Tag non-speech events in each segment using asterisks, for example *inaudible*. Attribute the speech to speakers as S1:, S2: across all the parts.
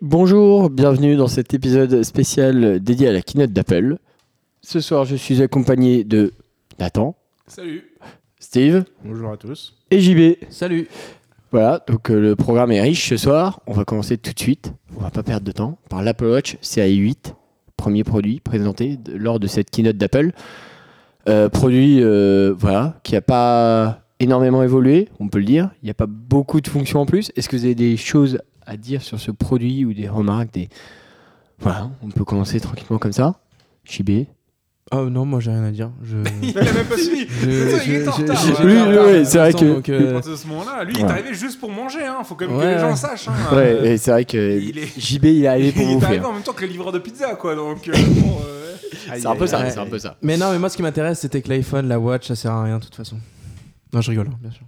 S1: Bonjour, bienvenue dans cet épisode spécial dédié à la keynote d'Apple. Ce soir, je suis accompagné de Nathan,
S2: Salut.
S1: Steve
S2: Bonjour à tous.
S1: et JB.
S3: Salut.
S1: Voilà, donc euh, le programme est riche ce soir. On va commencer tout de suite, on va pas perdre de temps, par l'Apple Watch CAI 8, premier produit présenté de- lors de cette keynote d'Apple. Euh, produit euh, voilà, qui n'a pas énormément évolué, on peut le dire. Il n'y a pas beaucoup de fonctions en plus. Est-ce que vous avez des choses à dire sur ce produit ou des remarques des... Voilà, on peut commencer tranquillement comme ça. JB.
S3: Oh non, moi j'ai rien à dire. *laughs* Je.
S2: *laughs* Il a même
S1: *laughs*
S2: pas suivi.
S3: Je-
S2: C'est ça, il est
S3: je-
S2: en
S3: je-
S2: retard.
S3: je-
S2: Ouais,
S3: je-
S2: oui,
S3: je-
S2: oui,
S3: je-
S1: c'est vrai
S3: je-
S1: que-
S3: donc, euh,
S2: À ce moment-là, lui, il
S1: Ouais.
S2: est arrivé juste pour manger. Hein. Faut quand même que
S3: Ouais.
S2: les gens le sachent. Hein.
S1: Ouais,
S2: Euh,
S1: et c'est vrai que
S2: il est-
S1: JB il est
S2: *laughs* il
S1: arrivé pour vous
S2: est arrivé
S1: faire.
S2: en même temps que les livreurs de pizza, quoi. *laughs* Donc, euh, bon, euh,
S1: C'est un peu ça,
S3: aïe,
S1: c'est un
S3: aïe.
S1: peu ça.
S3: Mais non, mais moi ce qui m'intéresse c'était que l'iPhone, la watch, ça sert à rien de toute façon. Non, je rigole, hein,
S1: *laughs*
S3: bien sûr.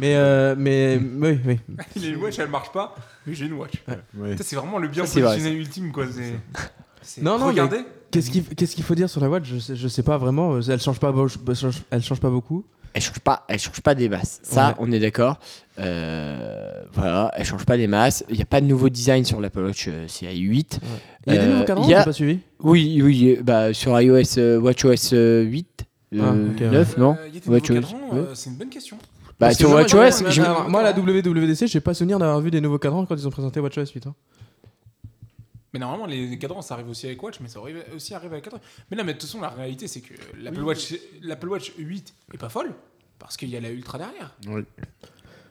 S3: mais euh, mais oui, oui.
S2: il a une watch, elle marche pas. Oui, j'ai une watch. Putain, C'est vraiment le bien
S1: Ça, c'est vrai,
S2: positionné ultime, quoi. C'est. c'est-
S3: Non, non,
S2: Regardez.
S3: Qu'est-ce qu'il qu'est-ce qu'il faut dire sur la watch je sais, je sais pas vraiment. euh, Elle change pas, beau- change- elle change pas beaucoup.
S1: Elle change pas, elle change pas des masses. Ça,
S3: Ouais.
S1: on est d'accord. Euh, voilà, elle change pas des masses. Il n'y a pas de nouveau design sur l'Apple Watch euh, CI 8.
S3: Il y a des
S1: Euh,
S3: nouveaux cadrans.
S1: il y a-
S3: J'ai pas suivi.
S1: Oui, oui, euh, bah, sur iOS euh, WatchOS euh, 8, euh,
S3: Ah, ok, ouais.
S1: 9, non
S2: Euh, il y a des nouveaux
S1: WatchOS,
S2: cadrans,
S1: ouais.
S2: euh, C'est une bonne question.
S1: Bah,
S3: Parce que
S1: sur
S3: moi,
S1: WatchOS,
S3: j'ai-
S1: je- euh,
S3: alors, moi, la WWDC, j'ai pas souvenir d'avoir vu des nouveaux cadrans quand ils ont présenté WatchOS 8. hein.
S2: Mais normalement, les cadrans, ça arrive aussi avec Watch, mais ça arrive aussi arrive avec cadran. Mais non, mais de toute façon, la réalité, c'est que l'Apple Watch, l'Apple Watch 8 est pas folle parce qu'il y a la Ultra derrière.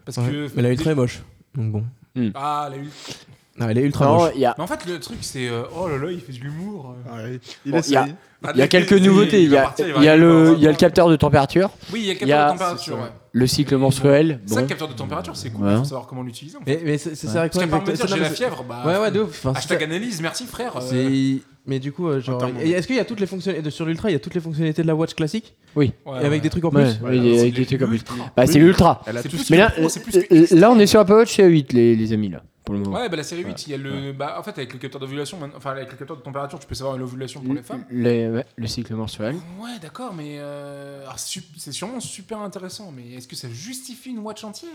S2: Parce
S3: Ouais.
S2: que
S3: Mais elle est très moche. Donc bon.
S2: Ah, la Ultra.
S3: Non, elle est ultra
S1: non,
S3: moche.
S1: il y a,
S2: Mais en fait, le truc, c'est euh, oh là là, il fait de l'humour.
S1: bon, il y a-
S2: Bah,
S1: il y a
S2: dès-
S1: quelques
S2: dès- dès-
S1: nouveautés.
S2: il
S1: Il y
S2: va
S1: a,
S2: partir,
S1: il y a
S2: arriver
S1: le,
S2: dans un
S1: il y a le
S2: coin.
S1: capteur de température,
S2: Oui, il y a le
S1: il y a-
S2: capteur de température. ouais.
S1: le cycle mensuel.
S2: C'est ça,
S1: Bon,
S2: le capteur de température, c'est cool.
S1: Ouais.
S2: Il faut savoir comment l'utiliser. En fait.
S3: Mais, mais c'est c'est- c'est vrai que
S2: Parce qu'à
S3: moi,
S2: part me dire
S3: c'est-
S2: j'ai
S3: non,
S2: la
S3: mais
S2: fièvre, bah.
S3: c'est- Ouais, ouais,
S1: Ah,
S3: de ouf. Enfin,
S2: Hashtag
S3: c'est-
S2: analyse, merci frère. euh,
S3: c'est- Mais du coup, euh, genre,
S4: termes-
S3: et est-ce qu'il y a toutes les fonctionnalités sur l'ultra Il y a toutes les fonctionnalités de la watch classique
S2: ouais,
S3: et avec
S2: ouais.
S3: des trucs en
S1: Ouais,
S3: plus.
S1: ouais, il y a-
S2: c'est
S1: il y a des
S2: les
S1: trucs en plus.
S2: ultra.
S1: Bah, c'est l'ultra.
S4: Elle a
S2: C'est
S4: tout
S2: plus
S1: Mais
S2: que
S1: là,
S2: pro, c'est plus que
S1: euh, là, on est sur Apple Watch CI 8, les, les amis, là, pour le moment.
S2: Ouais, bah la série 8, il y a le. Bah, en fait, avec le capteur d'ovulation, maintenant- enfin, avec le capteur de température, tu peux savoir l'ovulation pour les femmes.
S1: Le, ouais, le cycle mensuel.
S2: Ouais, d'accord, mais. euh, alors, su- c'est sûrement super intéressant, mais est-ce que ça justifie une watch entière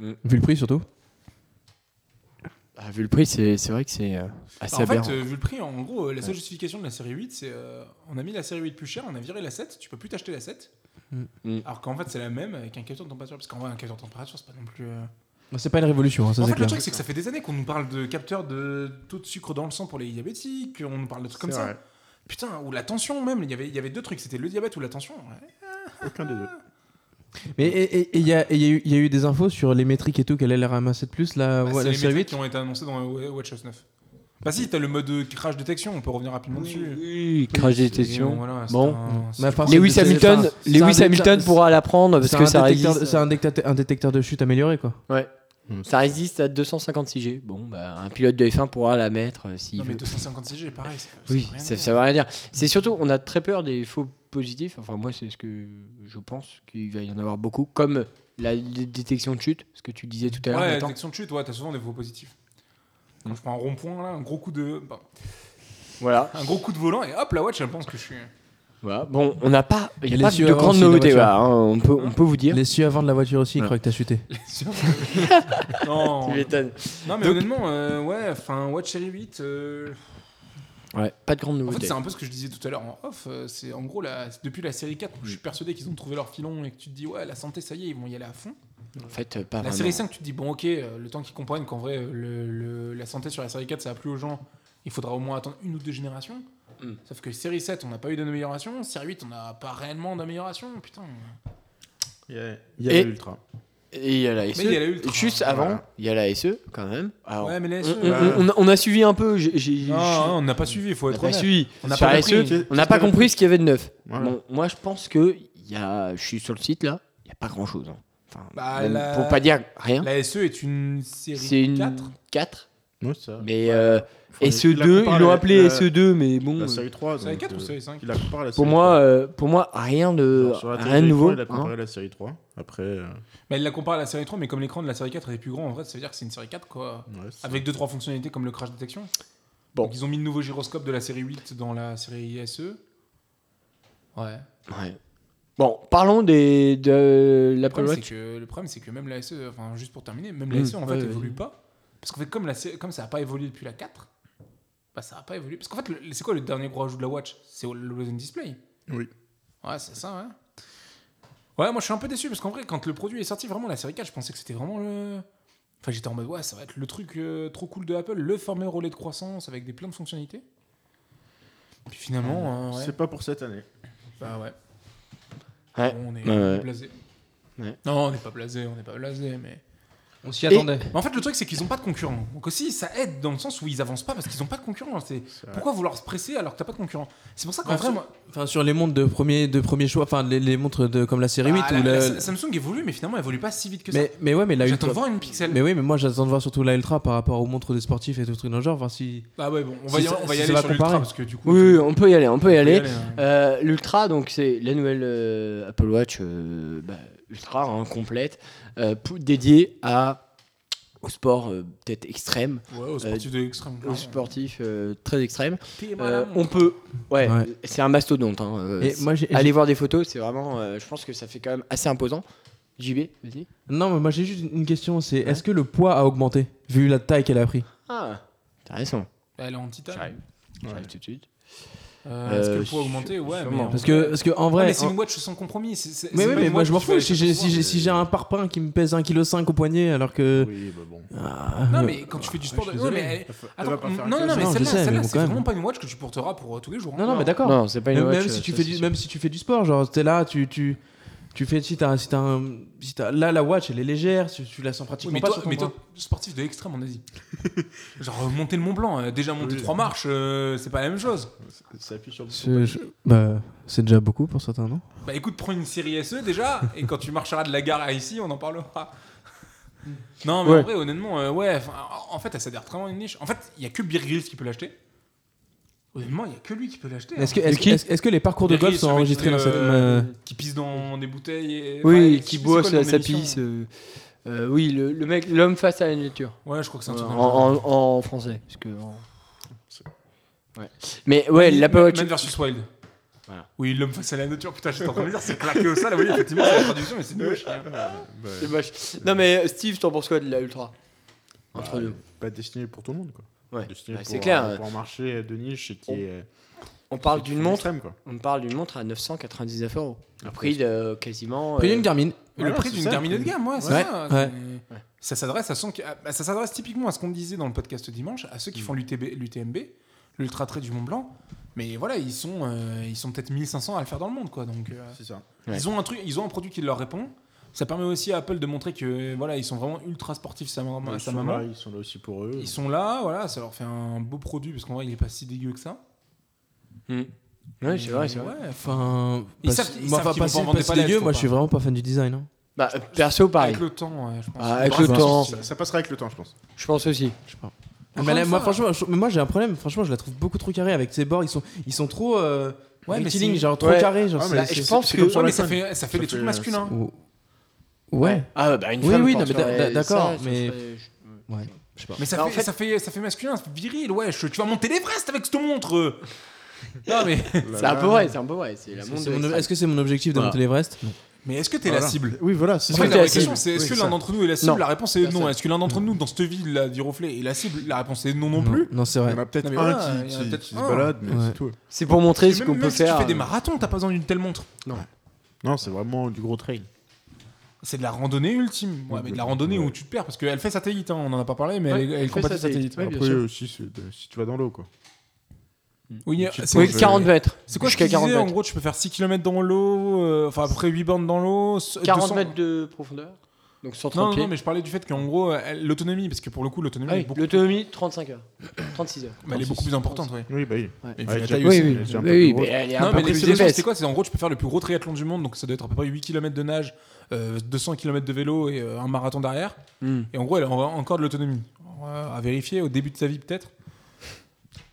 S1: Bah,
S3: Vu le prix surtout.
S1: Ah, vu le prix, c'est c'est vrai que c'est euh, assez
S2: Alors, En
S1: aberrant.
S2: fait, euh, vu le prix, en gros, euh, la seule justification de la série 8, c'est. euh, on a mis la série 8 plus chère, on a viré la 7, tu peux plus t'acheter la 7.
S3: Mm.
S1: Mm.
S2: Alors qu'en fait, c'est la même avec un capteur de température. Parce qu'en vrai, un capteur de température, c'est pas non plus. euh,
S3: Non, C'est pas une révolution, hein, ça
S2: En
S3: c'est
S2: fait, le
S3: clair.
S2: truc, c'est que ça fait des années qu'on nous parle de capteurs de taux de sucre dans le sang pour les diabétiques, on nous parle de trucs comme ça. Putain, ou la tension même, il y avait, il y avait deux trucs, c'était le diabète ou la tension. ouais.
S4: Aucun des deux.
S3: Mais et- et- et il y a, et il y a eu- il y a eu des infos sur les métriques et tout qu'elle allait ramasser de plus la,
S1: Ah,
S2: Bah,
S3: ouais,
S2: c'est
S3: la
S2: les
S3: série
S2: métriques
S3: 8.
S2: qui ont été annoncés dans euh, WatchOS 9. Bah si, t'as le mode euh, crash détection, on peut revenir rapidement dessus.
S1: Oui, crash
S2: Et
S1: détection.
S2: voilà, euh, c'est
S1: Bon.
S2: un- c'est-
S3: Mais enfin, c'est-
S1: Lewis
S3: c'est-
S1: Hamilton,
S3: enfin, c'est un
S1: Lewis
S3: détecteur-
S1: Hamilton
S3: c'est-
S1: pourra la prendre parce
S3: C'est
S1: que
S3: un
S1: ça
S3: détecteur-
S1: résiste,
S3: C'est un détecteur, un détecteur de chute amélioré quoi.
S1: ça résiste à 256 G. Bon, bah, un pilote de F1 pourra la mettre euh, s'il
S2: Non mais
S1: veut.
S2: 256 G, pareil. ça- ça
S1: Oui,
S2: veut rien
S1: ça,
S2: dire.
S1: ça veut rien dire. C'est surtout, on a très peur des faux positifs. Enfin, moi, c'est ce que je pense qu'il va y en avoir beaucoup, comme la d- détection de chute, ce que tu disais tout à l'heure.
S2: Ouais, la
S1: Nathan.
S2: détection de chute, ouais, t'as souvent des faux positifs. Quand je prends un rond-point, là, un gros coup de... bah,
S1: Voilà.
S2: un gros coup de volant, et hop, la watch, elle pense que je suis... *laughs*
S1: Voilà. Bon, on n'a pas, il y a
S3: Les
S1: pas de
S3: yeux avant
S1: grandes
S3: aussi, la
S1: nouveautés.
S3: voiture.
S1: voilà, hein, on peut, on peut vous dire.
S3: Les cieux avant de la voiture aussi, il
S1: Ouais.
S3: croit que t'as chuté.
S1: *laughs*
S2: non,
S1: Tu m'étonnes.
S2: non, mais
S1: Donc-
S2: honnêtement, euh, ouais, enfin, Watch Series 8... euh,
S1: Ouais, pas de grandes
S2: En fait,
S1: nouveautés.
S2: c'est un peu ce que je disais tout à l'heure en off. euh, C'est en gros, la- depuis la série 4, je suis persuadé qu'ils ont trouvé leur filon et que tu te dis, ouais, la santé, ça y est, ils vont y aller à fond.
S1: En fait, euh, pas
S2: La
S1: vraiment.
S2: série 5, tu te dis, bon, ok, euh, le temps qu'ils comprennent qu'en vrai, euh, le- le- la santé sur la série 4, ça va plus aux gens, il faudra au moins attendre une ou deux générations.
S1: Mm.
S2: Sauf que série 7, on n'a pas eu d'amélioration. Série 8, on n'a pas réellement d'amélioration. Putain.
S4: Il y a
S1: Et-
S4: l'ultra.
S1: Et il y a la SE.
S2: Mais il y a la Ultra. Ah,
S1: Juste avant,
S4: Voilà.
S1: il y a la SE quand même. Alors,
S2: Ouais, mais les
S1: on,
S2: SE,
S1: on-
S2: euh,
S1: on- on a suivi un peu. j'ai- j'ai- j'ai-
S4: Ah,
S2: non, non, on n'a pas suivi, il faut
S1: on a
S2: être
S1: pas
S2: honnête.
S1: suivi.
S2: On n'a
S1: Sur
S2: pas
S1: la
S2: compris.
S1: SE, on n'a pas compris ce qu'il y avait de neuf.
S4: Voilà.
S1: Bon, moi, je pense que il y a, je suis sur le site là, il n'y a pas grand chose. Enfin,
S2: Bah,
S1: même
S2: la-
S1: Pour pas dire rien.
S2: La SE est une série
S1: hein C'est une
S2: 4.
S1: 4
S4: Non, ça.
S1: mais euh,
S4: Faut- il la
S1: SE2,
S4: compare
S1: ils l'ont
S4: à la-
S1: appelé
S4: la-
S1: SE2, mais bon.
S4: La
S1: euh,
S4: série 3.
S2: Série
S4: donc,
S2: 4 ou
S4: euh,
S2: série 5
S4: Il la compare à la
S1: Pour
S4: série
S1: moi,
S4: 3.
S1: euh, pour moi, rien de,
S4: Alors, sur la
S1: rien
S4: télé
S1: de nouveau.
S4: Il a
S1: hein.
S4: comparé à la série 3. Après, euh,
S2: Mais elle la compare à la série 3, mais comme l'écran de la série 4 est plus grand, en vrai, ça veut dire que c'est une série 4, quoi.
S4: ouais, c'est-
S2: Avec 2-3 fonctionnalités comme le crash detection.
S1: Bon.
S2: Bon. ils ont mis le nouveau gyroscope de la série 8 dans la série SE. Ouais.
S1: Ouais. Bon, parlons des, de
S2: Le
S1: l'Apple
S2: problème, c'est
S1: Watch.
S2: que, le problème, c'est que même la SE, E, enfin, juste pour terminer, même
S1: Mm.
S2: la SE, en
S1: Ouais,
S2: fait,
S1: ouais.
S2: évolue pas. Parce qu'en fait, comme, la, sé- comme ça n'a pas évolué depuis la 4, bah, ça n'a pas évolué. Parce qu'en fait, le- c'est quoi le dernier gros ajout de la Watch C'est l'Horizon Display.
S4: Oui.
S2: Ouais, c'est ça, ouais. Ouais, moi je suis un peu déçu parce qu'en vrai, quand le produit est sorti, vraiment la série 4, je pensais que c'était vraiment le. Enfin, j'étais en mode, ouais, ça va être le truc euh, trop cool de Apple, le fameux relais de croissance avec des plein de fonctionnalités. Puis finalement, euh, ouais.
S4: C'est pas pour cette année.
S2: Bah ouais.
S1: Ouais.
S2: Bon, on est
S1: Ouais, ouais.
S2: blasé.
S1: Ouais.
S2: Non, on n'est pas blasé, on n'est pas blasé, mais.
S3: On s'y
S1: Et-
S3: attendait.
S2: Mais en fait, le truc, c'est qu'ils n'ont pas de concurrent. Donc aussi, ça aide dans le sens où ils avancent pas parce qu'ils n'ont pas de concurrent. C'est...
S4: C'est vrai.
S2: Pourquoi vouloir se presser alors que t'as pas de concurrent C'est pour ça qu'en
S3: Bah,
S2: vrai,
S3: sur-
S2: moi,
S3: Enfin, sur les montres de premier, de premier choix, enfin, les, les montres de, comme la série 8.
S2: Ah, la-
S3: ou la-
S2: la Sa- Samsung évolue, mais finalement, elle évolue pas si vite que
S3: mais, mais ouais, mais la
S2: ça. J'attends de
S3: Ultra.
S2: voir une pixel.
S3: Mais oui, mais moi j'attends de voir surtout la Ultra par rapport aux montres des sportifs et tout truc dans le genre, voir si.
S2: Ah ouais, bon, on va
S3: Si
S2: y,
S3: ça-
S2: on va y
S3: si ça
S2: aller
S3: va
S2: sur l'ultra
S3: comparer.
S2: parce que du coup.
S1: Oui, oui,
S2: on
S1: on peut y aller, on peut y
S2: peut
S1: aller.
S2: hein.
S1: Euh, L'Ultra, donc c'est la nouvelle euh, Apple Watch euh, bah, Ultra hein, complète, euh, pou- dédiée à, au sport euh, peut-être extrême,
S2: Ouais, au sportif de l'extrême.
S1: aux
S2: clairement.
S1: sportifs euh, très extrêmes.
S2: T'es
S1: Euh,
S2: malin.
S1: on peut, ouais,
S3: Ouais.
S1: c'est un mastodonte. hein, euh,
S3: Et
S1: c'est-
S3: moi j'ai.
S1: Allez voir des photos, c'est vraiment, euh, je pense que ça fait quand même assez imposant. JB, vas-y.
S3: Non, mais moi j'ai juste une question, c'est est-ce que le poids a augmenté vu la taille qu'elle a pris
S1: Ah, intéressant.
S2: Elle est en titane.
S1: J'arrive, j'arrive
S4: Ouais.
S1: tout de suite.
S2: Euh, Est-ce que le
S1: Euh,
S2: poids a augmenté
S1: sû-
S2: Ouais, mais.
S1: sûrement.
S2: en
S3: Parce
S2: vrai-
S3: que, parce que en
S2: Ouais,
S3: vrai.
S2: Ah, mais c'est
S3: en-
S2: une watch sans compromis. c'est- c'est-
S3: Mais
S2: c'est
S3: oui,
S2: pas
S3: mais
S2: une
S3: moi
S2: watch
S3: je m'en
S2: où tu
S3: fous.
S2: vas
S3: Si
S2: aller
S3: j'ai
S2: chercher
S3: si j'ai-
S2: le
S3: si j'ai un parpaing qui me pèse 1,5 kg au poignet alors que.
S4: Oui, bah bon.
S3: Ah,
S2: Non,
S3: euh,
S2: mais quand tu fais du sport.
S3: je
S2: de-
S3: suis
S2: Non,
S3: désolé.
S2: mais.
S4: Elle va
S2: Attends,
S4: pas faire
S2: non, non,
S4: que
S2: non,
S4: ça.
S2: mais
S3: Non, je
S2: celle-là,
S3: sais, mais
S2: celle-là,
S3: bon,
S2: c'est
S3: quand même.
S2: vraiment pas une watch que tu porteras pour euh, tous les jours.
S3: Non, non, mais d'accord.
S1: Non, c'est pas une
S3: Même,
S1: watch.
S3: même si
S1: euh,
S3: tu
S1: ça,
S3: fais
S1: c'est
S3: du,
S1: sûr.
S3: même si tu fais du sport, genre t'es là, tu tu tu fais si t'as si t'as un- si t'as- là la watch elle est légère, tu, tu la sens
S2: Oui,
S3: pratiquement
S2: mais
S3: pas
S2: toi,
S3: sur ton
S2: mais
S3: bras.
S2: toi, sportif de l'extrême en Asie. Genre, euh, monter le Mont Blanc, euh, déjà monter
S4: Oui.
S2: trois marches, euh, c'est pas la même chose.
S4: Ça appuie sur le
S3: C'est je- bah, c'est déjà beaucoup pour certains, non
S2: Bah écoute, prends une série SE déjà, et quand tu marcheras de la gare à ici, on
S1: *laughs*
S2: en parlera. Non, mais
S1: Ouais.
S2: en vrai, honnêtement, euh, ouais, enfin, en en fait, elle s'adhère vraiment à une niche. En fait, il y a que Beer Grylls qui peut l'acheter. Honnêtement, il y a que lui qui peut l'acheter.
S3: Est-ce que,
S2: hein.
S3: est-ce, que- est-ce- est-ce que les parcours de
S2: Beer
S3: golf
S2: Grylls,
S3: sont
S2: ce mec
S3: enregistrés
S2: qui,
S3: dans cette
S2: euh,
S3: même,
S2: Qui pisse dans des bouteilles. Et,
S1: Oui,
S2: enfin,
S1: qui
S2: c'est
S1: boit
S2: quoi le nom
S1: sa,
S2: de
S1: sa
S2: l'émission
S1: pisse. euh, euh, oui, le, le mec, l'homme face à la nature.
S2: Ouais, je crois que c'est un
S1: en,
S2: truc.
S1: en- en français. Parce que en- Ouais. Mais ouais, l'Apple
S2: Watch.
S1: Watch.
S2: Man versus Wild.
S1: Voilà.
S2: Oui, l'homme face à la nature. Putain, j'étais en train de dire, c'est claqué au sol. Oui, effectivement, c'est la traduction, mais c'est nul.
S1: C'est moche. Non, mais euh, Steve, t'en penses quoi de la Ultra Entre nous.
S4: Pas destiné pour tout le monde, quoi.
S1: Ouais.
S4: Destiné
S1: Bah,
S4: Bah, pour,
S1: c'est clair.
S4: euh, Pour un marché de niche et qui
S1: On
S4: est.
S1: On parle
S4: qui
S1: d'une
S4: fait
S1: montre.
S4: l'extrême, quoi.
S1: On parle d'une montre à 999 euros. Le
S4: Après,
S1: prix de euh, quasiment.
S3: Pris
S1: euh,
S3: d'une Garmin
S2: Le
S4: Voilà,
S2: prix
S4: c'est
S2: d'une
S4: ça,
S2: Garmin haut de
S4: le-
S2: gamme, ouais, c'est
S3: Ouais,
S2: ça.
S3: ouais.
S2: Mais Ça s'adresse à son... à- bah, ça s'adresse typiquement à ce qu'on disait dans le podcast dimanche, à ceux
S1: Mm.
S2: qui font l'UTB l'UTMB, l'ultra trail du Mont Blanc. Mais voilà, ils sont, euh, ils sont peut-être 1500 à le faire dans le monde, quoi. Donc euh,
S4: C'est ça.
S1: Ouais.
S2: ils ont un truc, ils ont un produit qui leur répond. Ça permet aussi à Apple de montrer que voilà, ils sont vraiment ultra sportifs sa, maman-
S4: Ils
S2: sa
S4: sont
S2: maman.
S4: là, ils sont là aussi pour eux.
S2: Ils sont là, voilà, ça leur fait un beau produit parce qu'en vrai, il est pas si dégueu que ça.
S1: Ouais, c'est vrai, c'est vrai.
S2: Ouais,
S3: Enfin,
S2: Ils
S3: parce-
S2: savent- ils
S3: moi,
S2: savent
S3: pas-
S2: qu'ils vont
S3: pas-
S2: pas vendre
S3: pas
S2: des
S3: si
S2: palettes,
S3: dégueu,
S2: faut
S3: moi
S2: pas.
S3: je suis vraiment pas fan du design. hein.
S1: Bah, euh, perso, pareil.
S2: Avec le temps, ouais, je pense.
S1: Ah, Avec
S4: Bravo.
S1: le temps,
S4: Ça, ça passera avec le temps, je pense.
S1: je pense aussi.
S3: Ah,
S2: Encore
S3: mais là,
S2: une
S3: moi
S2: fois. euh,
S3: franchement, je- mais moi j'ai un problème. Franchement, je la trouve beaucoup trop carrée avec ses bords. Ils sont, ils sont trop. euh,
S2: Ouais, mais
S3: rectilignes,
S2: c'est-
S3: genre trop
S1: Ouais.
S3: carrés. Genre,
S4: Ouais,
S3: c'est-
S4: mais
S1: Bah,
S4: c'est-
S1: je
S4: c'est-
S1: pense
S4: c'est
S1: que-
S4: comme sur
S2: Ouais, mais
S4: l'iPhone.
S2: ça fait, ça fait
S4: Ça
S2: des trucs
S4: fait-
S2: masculins.
S3: Ou- Ouais.
S1: Ah, bah, une
S3: Oui,
S1: femme
S3: oui, non, mais
S1: porterait
S3: d'a- d'a- d'accord,
S1: ça, ça
S3: mais-
S1: serait-
S3: Ouais.
S2: Mais ça,
S1: Bah, en
S2: fait,
S1: fait-
S2: ça, fait, ça fait masculin, ça fait viril, ouais. je- tu vas monter l'Everest avec cette montre *laughs* euh. Non, mais,
S4: Bah,
S1: C'est un peu vrai, c'est un peu vrai. C'est la
S3: C'est-
S1: montre
S3: c'est
S1: de
S3: mon-
S1: l'extrême.
S3: Est-ce que c'est mon objectif de
S1: Voilà.
S3: monter l'Everest Non.
S2: mais est-ce que t'es la
S4: Voilà.
S2: cible
S4: Oui, voilà, c'est
S2: En
S1: ça. Est-ce que
S2: fait, la
S1: t'es la
S2: question,
S1: cible
S2: c'est est-ce
S4: Oui,
S2: que
S4: c'est
S2: l'un
S4: ça.
S2: d'entre nous est la cible
S1: Non.
S2: La réponse est non.
S1: Personne.
S2: Est-ce que l'un d'entre nous, dans cette ville, là, du reflet, est la cible La réponse est non non plus.
S3: Non, c'est
S4: Il y
S3: vrai.
S4: en a peut-être
S2: Non, mais voilà,
S4: un
S2: il
S4: qui-
S2: y en a
S4: qui
S2: peut-être
S4: qui se
S2: un.
S4: balade, mais
S3: Ouais.
S4: c'est tout.
S1: C'est pour montrer
S2: Et
S1: ce
S2: même-
S1: qu'on peut
S2: même si
S1: faire. euh,
S2: tu fais des marathons, t'as pas besoin d'une telle montre.
S4: Non, c'est vraiment du gros trail.
S2: C'est de la randonnée ultime. Ouais, mais de la randonnée
S4: Ouais.
S2: où tu te perds. Parce qu'elle fait satellite, hein, on en a pas parlé, mais
S1: Ouais,
S2: elle, est- elle
S1: elle
S2: est
S1: fait
S2: compatible
S1: satellite. euh,
S2: satellite.
S1: Ouais, bien
S4: Après
S1: sûr.
S4: aussi, c'est de- si tu vas dans l'eau, quoi.
S2: Oui,
S4: Tu te
S2: c'est
S1: Oui,
S4: poses, euh,
S1: 40 mètres.
S2: c'est quoi ce
S1: Jusqu'à
S2: qu'il
S1: 40
S2: disait En
S1: mètres.
S2: gros, tu peux faire 6 km dans l'eau, euh, enfin, après 8 bornes dans l'eau. s-
S1: 40
S2: 200
S1: mètres de profondeur. Donc 130
S2: Euh, Non, non,
S1: pieds.
S2: non, mais je parlais du fait qu'en gros, euh, elle- l'autonomie, parce que pour le coup, l'autonomie,
S1: Ah
S2: elle est
S1: oui,
S2: beaucoup-
S1: l'autonomie, 35 heures. 36 heures.
S2: mais elle est beaucoup plus importante, ouais.
S4: Oui, bah oui.
S2: Et puis
S4: Ouais,
S2: la
S4: tu-
S2: taille
S4: oui,
S2: aussi.
S4: oui. c'est un peu plus gros.
S1: mais elle est un
S2: Non,
S1: peu
S2: mais
S1: plus
S2: l'excellence,
S1: épaisse.
S2: c'est quoi C'est en gros, tu peux faire le plus gros triathlon du monde, donc ça doit être à peu près 8 km de nage, euh, 200 km de vélo et euh, un marathon derrière.
S1: Hmm.
S2: Et en gros, elle a en- encore de l'autonomie. Alors, euh, À vérifier au début de sa vie, peut-être.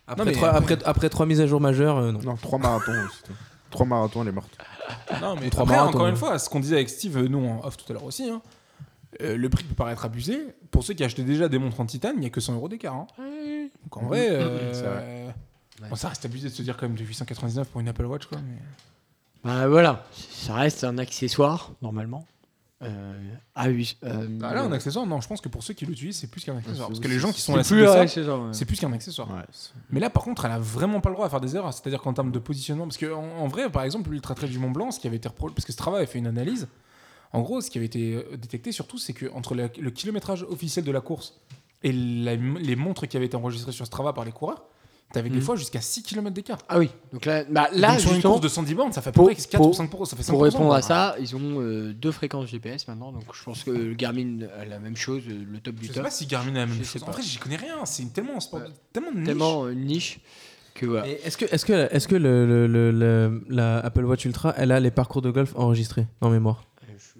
S3: Après,
S2: Non, mais
S3: trois,
S2: après-
S3: après, après trois mises à jour majeures, euh, non.
S4: Non, trois marathons aussi. toi. Trois marathons, elle est morte.
S2: Ah, Non, mais
S3: Trois
S2: après,
S3: marathons,
S2: encore
S3: ouais.
S2: une fois, ce qu'on disait avec Steve, euh, nous en off tout à l'heure aussi, hein, euh, le prix peut paraître abusé. Pour ceux qui achetaient déjà des montres en titane, il n'y a que 100 euros d'écart. hein. Donc en vrai, euh,
S4: C'est vrai.
S2: bon, ça reste abusé de se dire quand même de 899 pour une Apple Watch. Quoi, mais-
S1: Bah voilà, ça reste un accessoire, normalement. Euh, ah oui. euh,
S2: Ah, là, un accessoire, non, je pense que pour ceux qui l'utilisent, c'est plus qu'un accessoire.
S4: c'est-
S2: Parce que les
S4: c'est-
S2: gens qui sont
S5: C'est
S2: à la
S5: plus,
S2: ça,
S5: ouais, c'est genre, ouais.
S2: c'est plus qu'un accessoire.
S4: Ouais, c'est-
S2: Mais là, par contre, elle a vraiment pas le droit à faire des erreurs. C'est-à-dire qu'en termes de positionnement, parce qu'en en, en vrai, par exemple, l'ultra trail du Mont Blanc, ce qui avait été repro- parce que Strava avait fait une analyse. En gros, ce qui avait été euh, détecté surtout, c'est que entre la- le kilométrage officiel de la course et la- les montres qui avaient été enregistrées sur Strava par les coureurs, t'avais des
S1: Mhm.
S2: fois jusqu'à 6 km d'écart.
S1: Ah oui. Donc là, bah, là
S2: Donc, sur une
S1: justement,
S2: course de 110 bornes, ça fait à peu
S1: pour-
S2: près 4 ou
S1: pour-
S2: 5 ça fait 5%,
S1: pour répondre
S2: quoi.
S1: à ça, ils ont euh, deux fréquences GPS maintenant. Donc je pense que le Garmin a la même chose, euh, le top du
S2: Je sais
S1: top.
S2: pas si Garmin a la même
S1: Je sais
S2: chose. En
S1: pas.
S2: vrai, j'y connais rien. C'est une- tellement un sport,
S1: Ouais.
S2: tellement de niche.
S1: Tellement euh, niche que voilà.
S3: Mais Bah. Est-ce que, est-ce que, est-ce que le, le- le- le- la Apple Watch Ultra, elle a les parcours de golf enregistrés en mémoire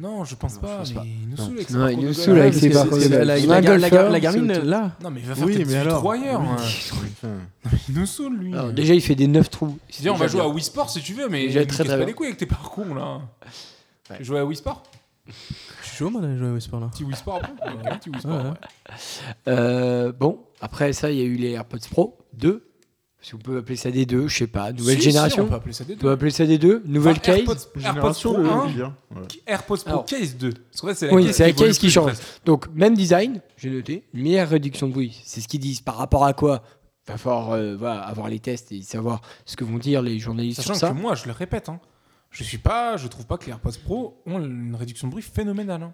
S2: Non, je pense
S1: Non, je
S2: pas.
S1: pense
S2: mais
S1: pas.
S2: il nous
S1: Non. Non,
S2: saoule avec ses
S1: il nous
S2: parcours de
S1: saoule
S2: golf.
S1: avec
S3: parce
S1: ses
S3: que
S1: parcours de
S3: c'est-
S1: golf.
S3: c'est- la-
S1: On a
S3: la-
S1: un
S3: la- la- La
S1: golfeur,
S3: Garmin,
S1: c'est auto-
S3: là
S2: Non, mais il va faire
S4: Oui,
S2: tes
S4: mais alors.
S2: petits ailleurs.
S4: Oui.
S2: hein.
S1: *laughs*
S4: Putain.
S2: Il nous saoule, lui.
S1: Alors, déjà, il fait des 9 trous.
S2: C'est-à-dire, on va jouer à Wii Sport si tu veux, mais
S1: Déjà
S2: ne
S1: très,
S2: casse
S1: très
S2: pas
S1: bien.
S2: les couilles avec tes parcours là.
S1: Ouais.
S2: Jouer à Wii Sport
S3: Je suis chaud, moi, d'aller jouer à Whisper, là.
S2: Petit Wii Sport après Ouais, Petit Wii Sport.
S3: Ouais.
S2: ouais.
S1: Euh, bon, après ça, il y a eu les AirPods Pro 2. Si on peut appeler ça des deux, je sais pas. Nouvelle
S2: Si, si,
S1: génération.
S2: on peut appeler ça des
S1: on peut
S2: deux.
S1: appeler ça des deux. Nouvelle
S2: Enfin,
S1: case.
S2: AirPods- AirPods
S4: Génération,
S2: Pro
S4: le
S2: 1,
S4: le bien. Ouais.
S2: AirPods Pro
S1: Alors.
S2: Case 2. Parce qu'en fait, c'est la
S1: Oui,
S2: case
S1: c'est la
S2: évolue
S1: case qui
S2: plus
S1: change.
S2: vite.
S1: Donc, même design, j'ai noté. Meilleure réduction de bruit. C'est ce qu'ils disent. Par rapport à quoi Il va falloir euh, voilà, avoir les tests et savoir ce que vont dire les journalistes
S2: Sachant
S1: sur ça.
S2: que moi, je le répète, hein, je suis pas, je trouve pas que les AirPods Pro ont une réduction de bruit phénoménale. hein.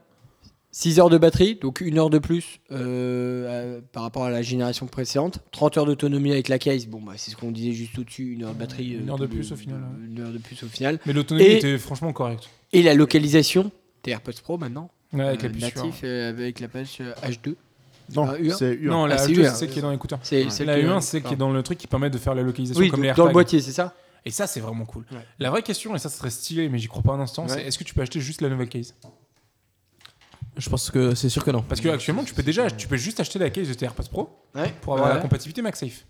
S1: 6 heures de batterie, donc une heure de plus euh, à- par rapport à la génération précédente. 30 heures d'autonomie avec la case, bon, bah, c'est ce qu'on disait juste au-dessus, une heure de batterie.
S2: Une
S1: euh,
S2: heure de plus au final,
S1: Une heure de plus au final.
S2: Mais l'autonomie
S1: Et-
S2: était franchement correcte.
S1: Et la localisation des AirPods Pro maintenant,
S2: Ouais, avec
S1: euh,
S2: la puce. hein.
S1: natif euh, avec la patch euh, H2.
S4: Non,
S1: Ah, U1.
S4: c'est U1.
S2: Non, la
S1: Ah, c'est
S2: H2,
S1: U1.
S2: c'est celle qui est dans l'écouteur.
S1: C'est
S4: Ouais.
S1: celle
S2: La
S1: que-
S2: U1, c'est celle qui est
S1: pardon.
S2: dans le truc qui permet de faire la localisation
S1: Oui,
S2: comme les
S1: donc dans le
S2: AirTags.
S1: boîtier, c'est ça
S2: Et ça, c'est vraiment cool.
S1: Ouais.
S2: La vraie question, et ça, ce serait stylé, mais j'y crois pas un instant,
S1: Ouais.
S2: c'est est-ce que tu peux acheter juste la nouvelle case
S3: Je pense que c'est sûr que non.
S2: Parce que actuellement, tu peux déjà, tu peux juste acheter la case de tes AirPods Pro
S1: ouais.
S2: pour avoir
S1: Ouais.
S2: la compatibilité MagSafe.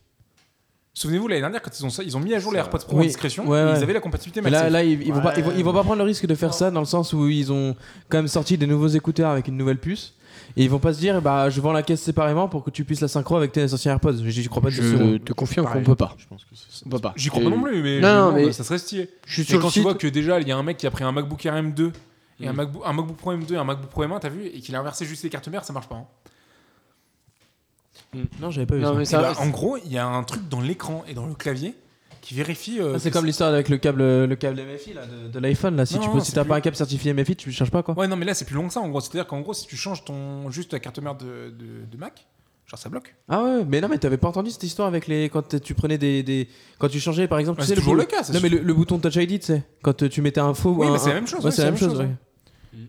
S2: Souvenez-vous, l'année dernière, quand ils ont, ça- ils ont mis à jour les
S4: Ça-
S2: AirPods Pro en
S3: Oui,
S2: discrétion,
S3: ouais,
S2: et
S3: ouais.
S2: ils avaient la compatibilité
S3: Mais là,
S2: MagSafe.
S3: là ils, ils vont pas,
S4: Ouais.
S3: ils, vont, ils vont pas prendre le risque de faire ça dans le sens où ils ont quand même sorti des nouveaux écouteurs avec une nouvelle puce. Et ils vont pas se dire, bah, je vends la caisse séparément pour que tu puisses la synchro avec tes anciens AirPods. Je, je crois pas de
S1: Je te confirme qu'on
S4: Pareil.
S1: peut pas.
S4: Je pense que c'est ça.
S1: On peut pas.
S2: J'y crois pas non plus, mais,
S1: Non,
S2: je me
S1: non,
S2: demande,
S1: mais-
S2: ça serait stylé.
S1: Je suis
S2: Et
S1: sur
S2: quand
S1: le
S2: tu
S1: site.
S2: vois que déjà, il y a un mec qui a pris un MacBook Air M2 et un,
S1: Mm.
S2: MacBook, un MacBook Pro M2 et un MacBook Pro M1, t'as vu, et qu'il a inversé juste les cartes mères, ça marche pas. hein.
S3: Non, j'avais pas vu
S1: Non,
S3: ça.
S1: mais
S2: Et
S1: ça,
S2: bah, en gros, il y a un truc dans l'écran et dans le clavier qui vérifie. euh,
S3: Ah, c'est
S2: que
S3: comme l'histoire avec le câble, le câble MFI là, de, de l'iPhone. Là, si
S2: Non,
S3: tu
S2: non,
S3: peux, si
S2: c'est
S3: t'as
S2: plus-
S3: pas un câble certifié MFI, tu le changes pas quoi.
S2: Ouais, non, mais là, c'est plus long que ça, en gros. C'est-à-dire qu'en gros, si tu changes ton juste la carte mère de, de, de Mac, genre ça bloque.
S3: Ah ouais, mais non, mais t'avais pas entendu cette histoire avec les quand t- tu prenais des, des- quand tu changeais par exemple.
S2: Ouais, c'est
S3: tu sais,
S2: toujours
S3: bou-
S2: le cas, ça,
S3: Non, mais le, le bouton Touch ID, tu sais, quand euh, tu mettais un faux.
S2: Oui,
S3: un-
S2: mais c'est la
S3: un-
S2: même chose,
S3: Ouais,
S2: ouais,
S3: c'est la même chose. Ouais,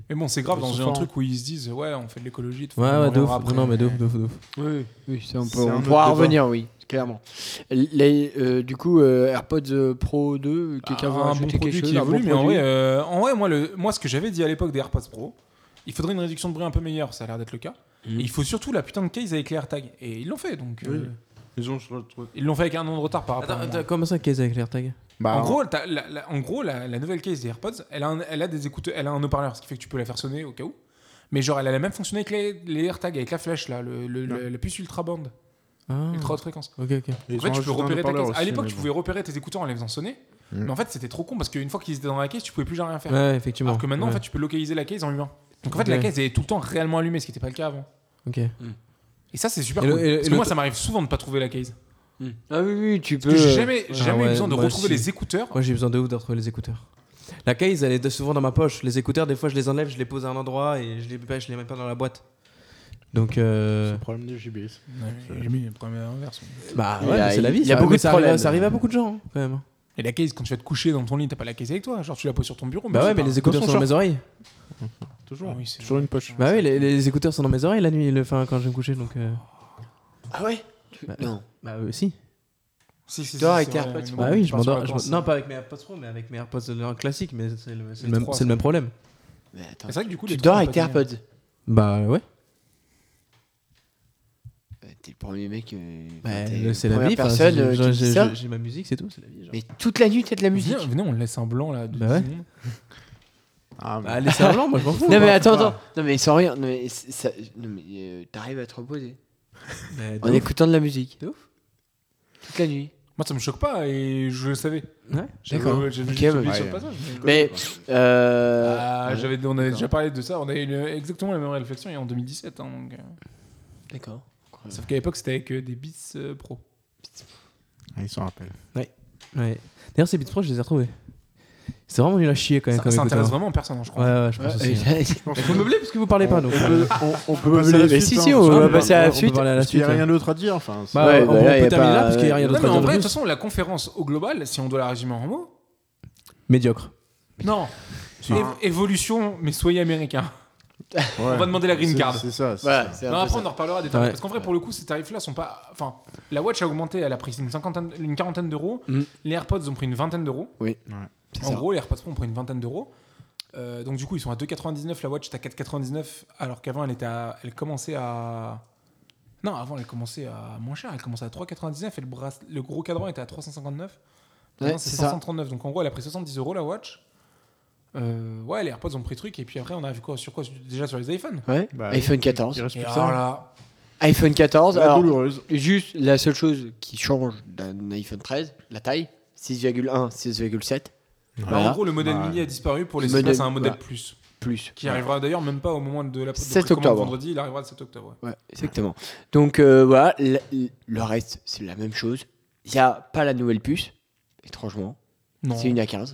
S2: Mais bon, c'est grave
S4: Ils sont
S2: dans un
S4: forts,
S2: truc où ils se disent, ouais, on fait de l'écologie. de toute
S3: ouais,
S2: façon, on
S3: ouais, de ouf.
S2: reviendra après.
S3: Non, mais de ouf, de ouf, de ouf.
S1: Oui, oui, ça, on,
S4: C'est
S1: peut,
S4: un
S1: on
S4: autre
S1: pourra
S4: débat.
S1: revenir, oui, clairement. Les, euh, du coup, euh, AirPods euh, Pro 2,
S2: Ah,
S1: quelqu'un veut
S2: un bon
S1: rajouter
S2: produit
S1: quelque chose
S2: qui
S1: un bon
S2: évolue, mais en
S1: produit
S2: vrai, euh, en vrai, moi, le, moi, ce que j'avais dit à l'époque des AirPods Pro, il faudrait une réduction de bruit un peu meilleure, ça a l'air d'être le cas.
S1: Mm.
S2: Et il faut surtout la putain de case avec les AirTags. Et ils l'ont fait, donc. euh,
S4: Oui. Ils ont je trouve-
S2: ils l'ont fait avec un an de retard par rapport
S3: Attends,
S2: à moi.
S3: attends, comment ça, case avec l'AirTag
S4: Bah,
S2: en gros, t'as la, la- en gros la, la nouvelle case des AirPods, elle a, un, elle a des écouteurs, elle a un haut-parleur, ce qui fait que tu peux la faire sonner au cas où. Mais genre, elle a la même fonctionnalité que les, les AirTags avec la flèche là, le, le- le- la puce ultra bande,
S3: Ah,
S2: ultra haute fréquence.
S3: ok, ok.
S4: ils
S2: en fait,
S4: ont
S2: tu peux
S4: rajouté un
S2: repérer ta
S4: haut-parleur
S2: case. À
S4: aussi,
S2: l'époque,
S4: mais
S2: tu
S4: bon.
S2: pouvais repérer tes écouteurs en les faisant sonner.
S4: Mm.
S2: Mais en fait, c'était trop con parce qu'une fois qu'ils étaient dans la case, tu pouvais plus jamais rien faire.
S3: Hmm. Ouais, effectivement.
S2: Alors que maintenant,
S3: Ouais.
S2: en fait, tu peux localiser la case en humain. Donc en fait, la
S3: Ok.
S2: case elle est tout le temps réellement allumée, ce qui n'était pas le cas avant.
S3: Ok.
S2: Et ça, c'est super
S3: Et le-
S2: cool.
S3: et le-
S2: parce
S3: et
S2: que
S3: le-
S2: moi, ça m'arrive souvent de pas trouver la case.
S1: Mm. Ah oui, oui, tu peux.
S2: Parce que
S1: euh,
S2: J'ai jamais, j'ai
S3: Ah
S2: jamais eu
S3: ouais,
S2: besoin de
S3: moi
S2: retrouver
S3: aussi.
S2: les écouteurs.
S3: Moi j'ai besoin de ouf de retrouver les écouteurs. La case elle est de- souvent dans ma poche. Les écouteurs des fois je les enlève, je les pose à un endroit et je les, je les mets pas dans la boîte. Donc
S4: C'est
S3: euh,
S4: le problème de JBS.
S2: Ouais, J'ai mis le problème inverse.
S3: bah
S1: Il y
S3: ouais,
S1: a-
S3: mais c'est la vie.
S1: il y a
S3: ça.
S1: beaucoup
S3: Mais
S1: de
S3: ça arrive, à-
S1: problèmes.
S3: ça arrive à beaucoup de gens hein, quand même.
S2: Et la case, quand tu vas te coucher dans ton lit, t'as pas la case avec toi. Genre, tu la poses sur ton bureau.
S3: Bah
S2: c'est
S3: ouais, mais
S2: pas-
S3: les écouteurs
S4: son
S3: sont dans mes oreilles.
S4: Toujours.
S2: Ah oui, c'est-
S4: Toujours une poche.
S3: Bah oui, les, les écouteurs sont dans mes oreilles la nuit, le, enfin, quand je vais me coucher. Donc euh,
S1: Ah ouais Tu-
S3: Bah,
S1: Non.
S3: bah euh, si.
S2: Si, si, si,
S1: dors
S2: c'est
S1: avec
S2: vrai,
S1: tes AirPods,
S2: mais
S1: ouais.
S2: bon,
S3: Bah
S2: on
S3: oui, je
S2: part sur la
S3: m'endors. je m'en-
S2: pensée.
S3: Non pas avec mes AirPods Pro, mais avec mes AirPods euh, classiques, mais c'est le, c'est le
S2: Les
S3: même,
S2: trois,
S3: c'est le
S2: ça.
S3: même problème.
S1: Mais attends.
S2: C'est vrai que du coup,
S1: Tu
S2: les
S1: dors
S2: trucs
S1: avec tes
S2: sont pas
S1: AirPods
S3: Bah ouais.
S1: Euh, T'es le premier mec. euh,
S3: Bah,
S1: t'es
S3: le-
S1: la
S3: c'est la
S1: première
S2: hein,
S3: vie. enfin,
S1: personne
S3: c'est-
S1: euh,
S3: genre,
S1: qui dit
S3: j'ai-
S1: ça.
S3: j'ai- J'ai ma musique, c'est tout. C'est la vie. genre.
S1: Mais toute la nuit, t'as de la musique.
S2: Viens, venez, on laisse un blanc là. De
S3: Bah
S2: dix
S3: ouais.
S2: secondes.
S4: Ah,
S3: Bah les cerfs moi je *laughs* m'en fous.
S1: Non, mais
S3: moi.
S1: attends, attends. Non, mais sans rien. Non, mais c'est- ça- non, mais, euh, t'arrives à te reposer.
S3: Mais de
S1: En
S3: ouf.
S1: écoutant de la musique.
S3: De ouf.
S1: Toute la nuit.
S2: Moi, ça me choque pas et je le savais.
S3: Ouais,
S2: J'avais-
S1: d'accord.
S2: J'avais
S1: Ok,
S2: juste
S1: bah,
S2: oublié sur
S4: ouais.
S2: le passage. mais-
S1: Mais euh,
S2: Ah,
S1: ouais.
S2: j'avais- on avait déjà parlé de ça. On avait eu le- exactement la même réflexion et en 2017. hein, donc, euh,
S1: d'accord.
S2: Sauf qu'à l'époque, c'était avec euh, des bits euh, pro.
S4: Ah, ils s'en rappellent.
S3: Ouais. D'ailleurs, ces Beats Pro, je les ai retrouvés. C'est vraiment nul à chier quand même.
S2: Ça,
S3: comme
S2: ça intéresse
S3: écouteur.
S2: vraiment personne, hein, je crois.
S3: Ouais, ouais, je pense aussi. hein.
S4: Je pense
S3: Faut meubler parce que vous parlez pas, donc.
S4: On peut, on, on peut
S1: meubler,
S4: passer à la
S1: mais
S4: suite,
S1: si, si,
S4: hein,
S1: euh, on
S4: parce
S1: va
S4: que-
S1: passer à la
S3: On peut
S1: suite.
S3: parler à la
S4: Parce qu'il
S3: suite.
S4: n'y a rien d'autre à dire. Enfin, c'est-
S3: Bah,
S1: Ouais,
S3: on
S1: bah, là, y
S3: peut
S1: a
S3: terminer
S1: pas-
S3: là parce qu'il n'y a rien
S2: Non,
S3: d'autre
S2: mais
S3: à
S2: en
S3: dire.
S2: vrai, de
S3: de
S2: toute
S3: plus.
S2: façon, la conférence au global, si on doit la résumer en mots,
S3: Médiocre.
S2: non. Év- évolution, mais soyez américain.
S4: ouais.
S2: va demander la green
S4: C'est-
S2: card.
S4: C'est ça.
S1: *laughs*
S4: c'est
S1: Voilà,
S4: ça.
S1: c'est un
S2: Non,
S1: peu
S2: après,
S1: ça.
S2: on en reparlera des tarifs.
S3: Ouais.
S2: Parce qu'en vrai, pour le coup, ces tarifs-là sont pas. Enfin, la Watch a augmenté, elle a pris une, cinquantaine, une quarantaine d'euros.
S1: Mm.
S2: Les AirPods ont pris une vingtaine d'euros.
S1: C'est
S2: En
S1: ça.
S2: gros, les AirPods Pro ont pris une vingtaine d'euros. Euh, donc, du coup, ils sont à 2,99. La Watch est à 4,99. Alors qu'avant, elle, était à- elle commençait à. Non, avant, elle commençait à moins cher. Elle commençait à 3,99 et le, brace- le gros cadran était à 359. Maintenant,
S1: Ouais,
S2: c'est
S1: c'est ça.
S2: 539. Donc, en gros, elle a pris 70 euros la Watch. Euh, ouais, les AirPods ont pris truc. Et puis après, on a vu quoi sur quoi Déjà sur les iPhones.
S1: Ouais.
S4: Bah,
S1: iPhone
S4: Il
S1: 14.
S4: reste
S2: Et
S4: plus que
S2: alors
S4: ça.
S2: là.
S1: iPhone 14.
S4: La
S1: Alors,
S4: douloureuse.
S1: juste la seule chose qui change d'un iPhone 13, la taille 6,1, 6,7
S2: Bah,
S1: Voilà.
S2: En gros, le modèle
S4: Ouais.
S2: mini a disparu pour les
S1: Le modèle-
S2: c'est un modèle
S1: ouais.
S2: plus
S1: plus.
S2: qui arrivera d'ailleurs même pas au moment de la de
S1: 7
S2: précommande
S1: octobre.
S2: vendredi, il arrivera le 7 octobre. ouais.
S1: Ouais, exactement. Donc euh, voilà, le, le reste, c'est la même chose. Il n'y a pas la nouvelle puce, étrangement.
S2: Non.
S1: C'est une A15.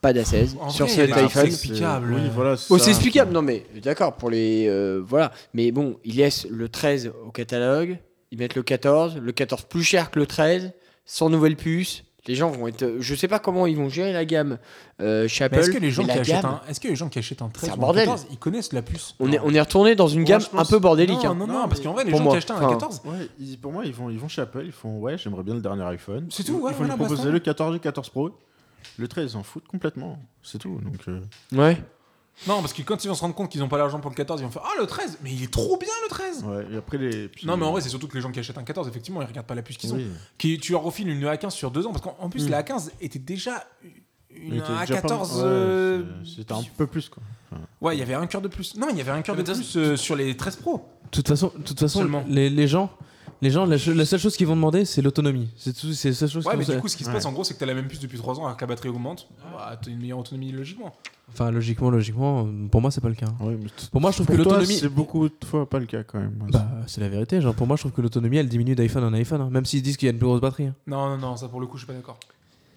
S1: Pas
S2: En
S1: d'A16 sur
S2: vrai,
S1: cet
S2: bah,
S1: iPhone.
S2: c'est explicable.
S4: Oui, voilà.
S1: Oh,
S4: ça.
S1: c'est explicable, non mais d'accord, pour les. euh, voilà. Mais bon, ils laissent le 13 au catalogue, ils mettent le 14, le 14 plus cher que le 13, sans nouvelle puce. Les gens vont être. Je sais pas comment ils vont gérer la gamme euh, chez Apple.
S2: Mais est-ce que les gens
S1: mais
S2: qui
S1: la
S2: achètent
S1: gamme,
S2: un est-ce que les gens qui achètent un 13
S1: un
S2: ou un
S1: bordel.
S2: 14, ils connaissent la puce
S1: On, est, on est retourné dans une
S4: Moi,
S1: gamme
S4: je
S1: un
S4: pense-
S1: peu bordélique.
S2: non,
S1: hein.
S2: non, non,
S4: Non,
S2: parce qu'en vrai, les
S1: pour
S2: gens
S1: moi,
S2: qui achètent un
S1: enfin,
S2: 14,
S4: Ouais, ils- pour moi, ils vont, ils vont chez Apple. Ils font Ouais, j'aimerais bien le dernier iPhone.
S2: C'est tout, ouais,
S4: Ils vont
S2: voilà,
S4: lui proposer
S2: basta.
S4: le 14 le 14 Pro. Le 13, ils s'en foutent complètement. C'est tout. Donc, euh,
S1: Ouais.
S2: non, parce que quand ils vont se rendre compte qu'ils n'ont pas l'argent pour le 14, ils vont faire Ah, le 13, mais il est trop bien le 13
S4: ouais. Et après, les. puis-
S2: Non, mais en vrai, c'est surtout que les gens qui achètent un 14, effectivement, ils regardent pas la puce qu'ils ont.
S4: Oui.
S2: Qui, tu leur refiles une A15 sur deux ans, parce qu'en en plus,
S1: Mm.
S2: la A15 était déjà
S4: Il
S2: une
S4: était déjà pas-
S2: A14.
S4: ouais,
S2: euh,
S4: c'est- C'était un peu plus, quoi.
S2: Ouais, il y avait un cœur de plus. Non, mais il y avait un cœur de
S3: Mais t'as-
S2: plus euh, sur les 13 Pro.
S3: De toute façon, de toute façon
S2: Seulement.
S3: les, les gens, les gens la, che- la seule chose qu'ils vont demander, c'est l'autonomie. C'est tout, c'est la seule chose
S2: Ouais,
S3: qu'ils
S2: mais
S3: vont-
S2: du coup, ce qui se
S4: Ouais.
S2: passe en gros, c'est que t'as la même puce depuis 3 ans alors que la batterie augmente. Bah, t'as une meilleure autonomie logiquement.
S3: Enfin, logiquement, logiquement, euh, pour moi, c'est pas le cas.
S4: Ouais, mais t-
S3: Pour moi, je trouve que
S4: pour toi,
S3: l'autonomie.
S4: C'est beaucoup de fois pas le cas, quand même.
S3: Bah, c'est la vérité. Genre, pour moi, je trouve que l'autonomie, elle diminue d'iPhone en iPhone. hein, même s'ils disent qu'il y a une plus grosse batterie. hein.
S2: Non, non, non, ça pour le coup, je suis pas d'accord.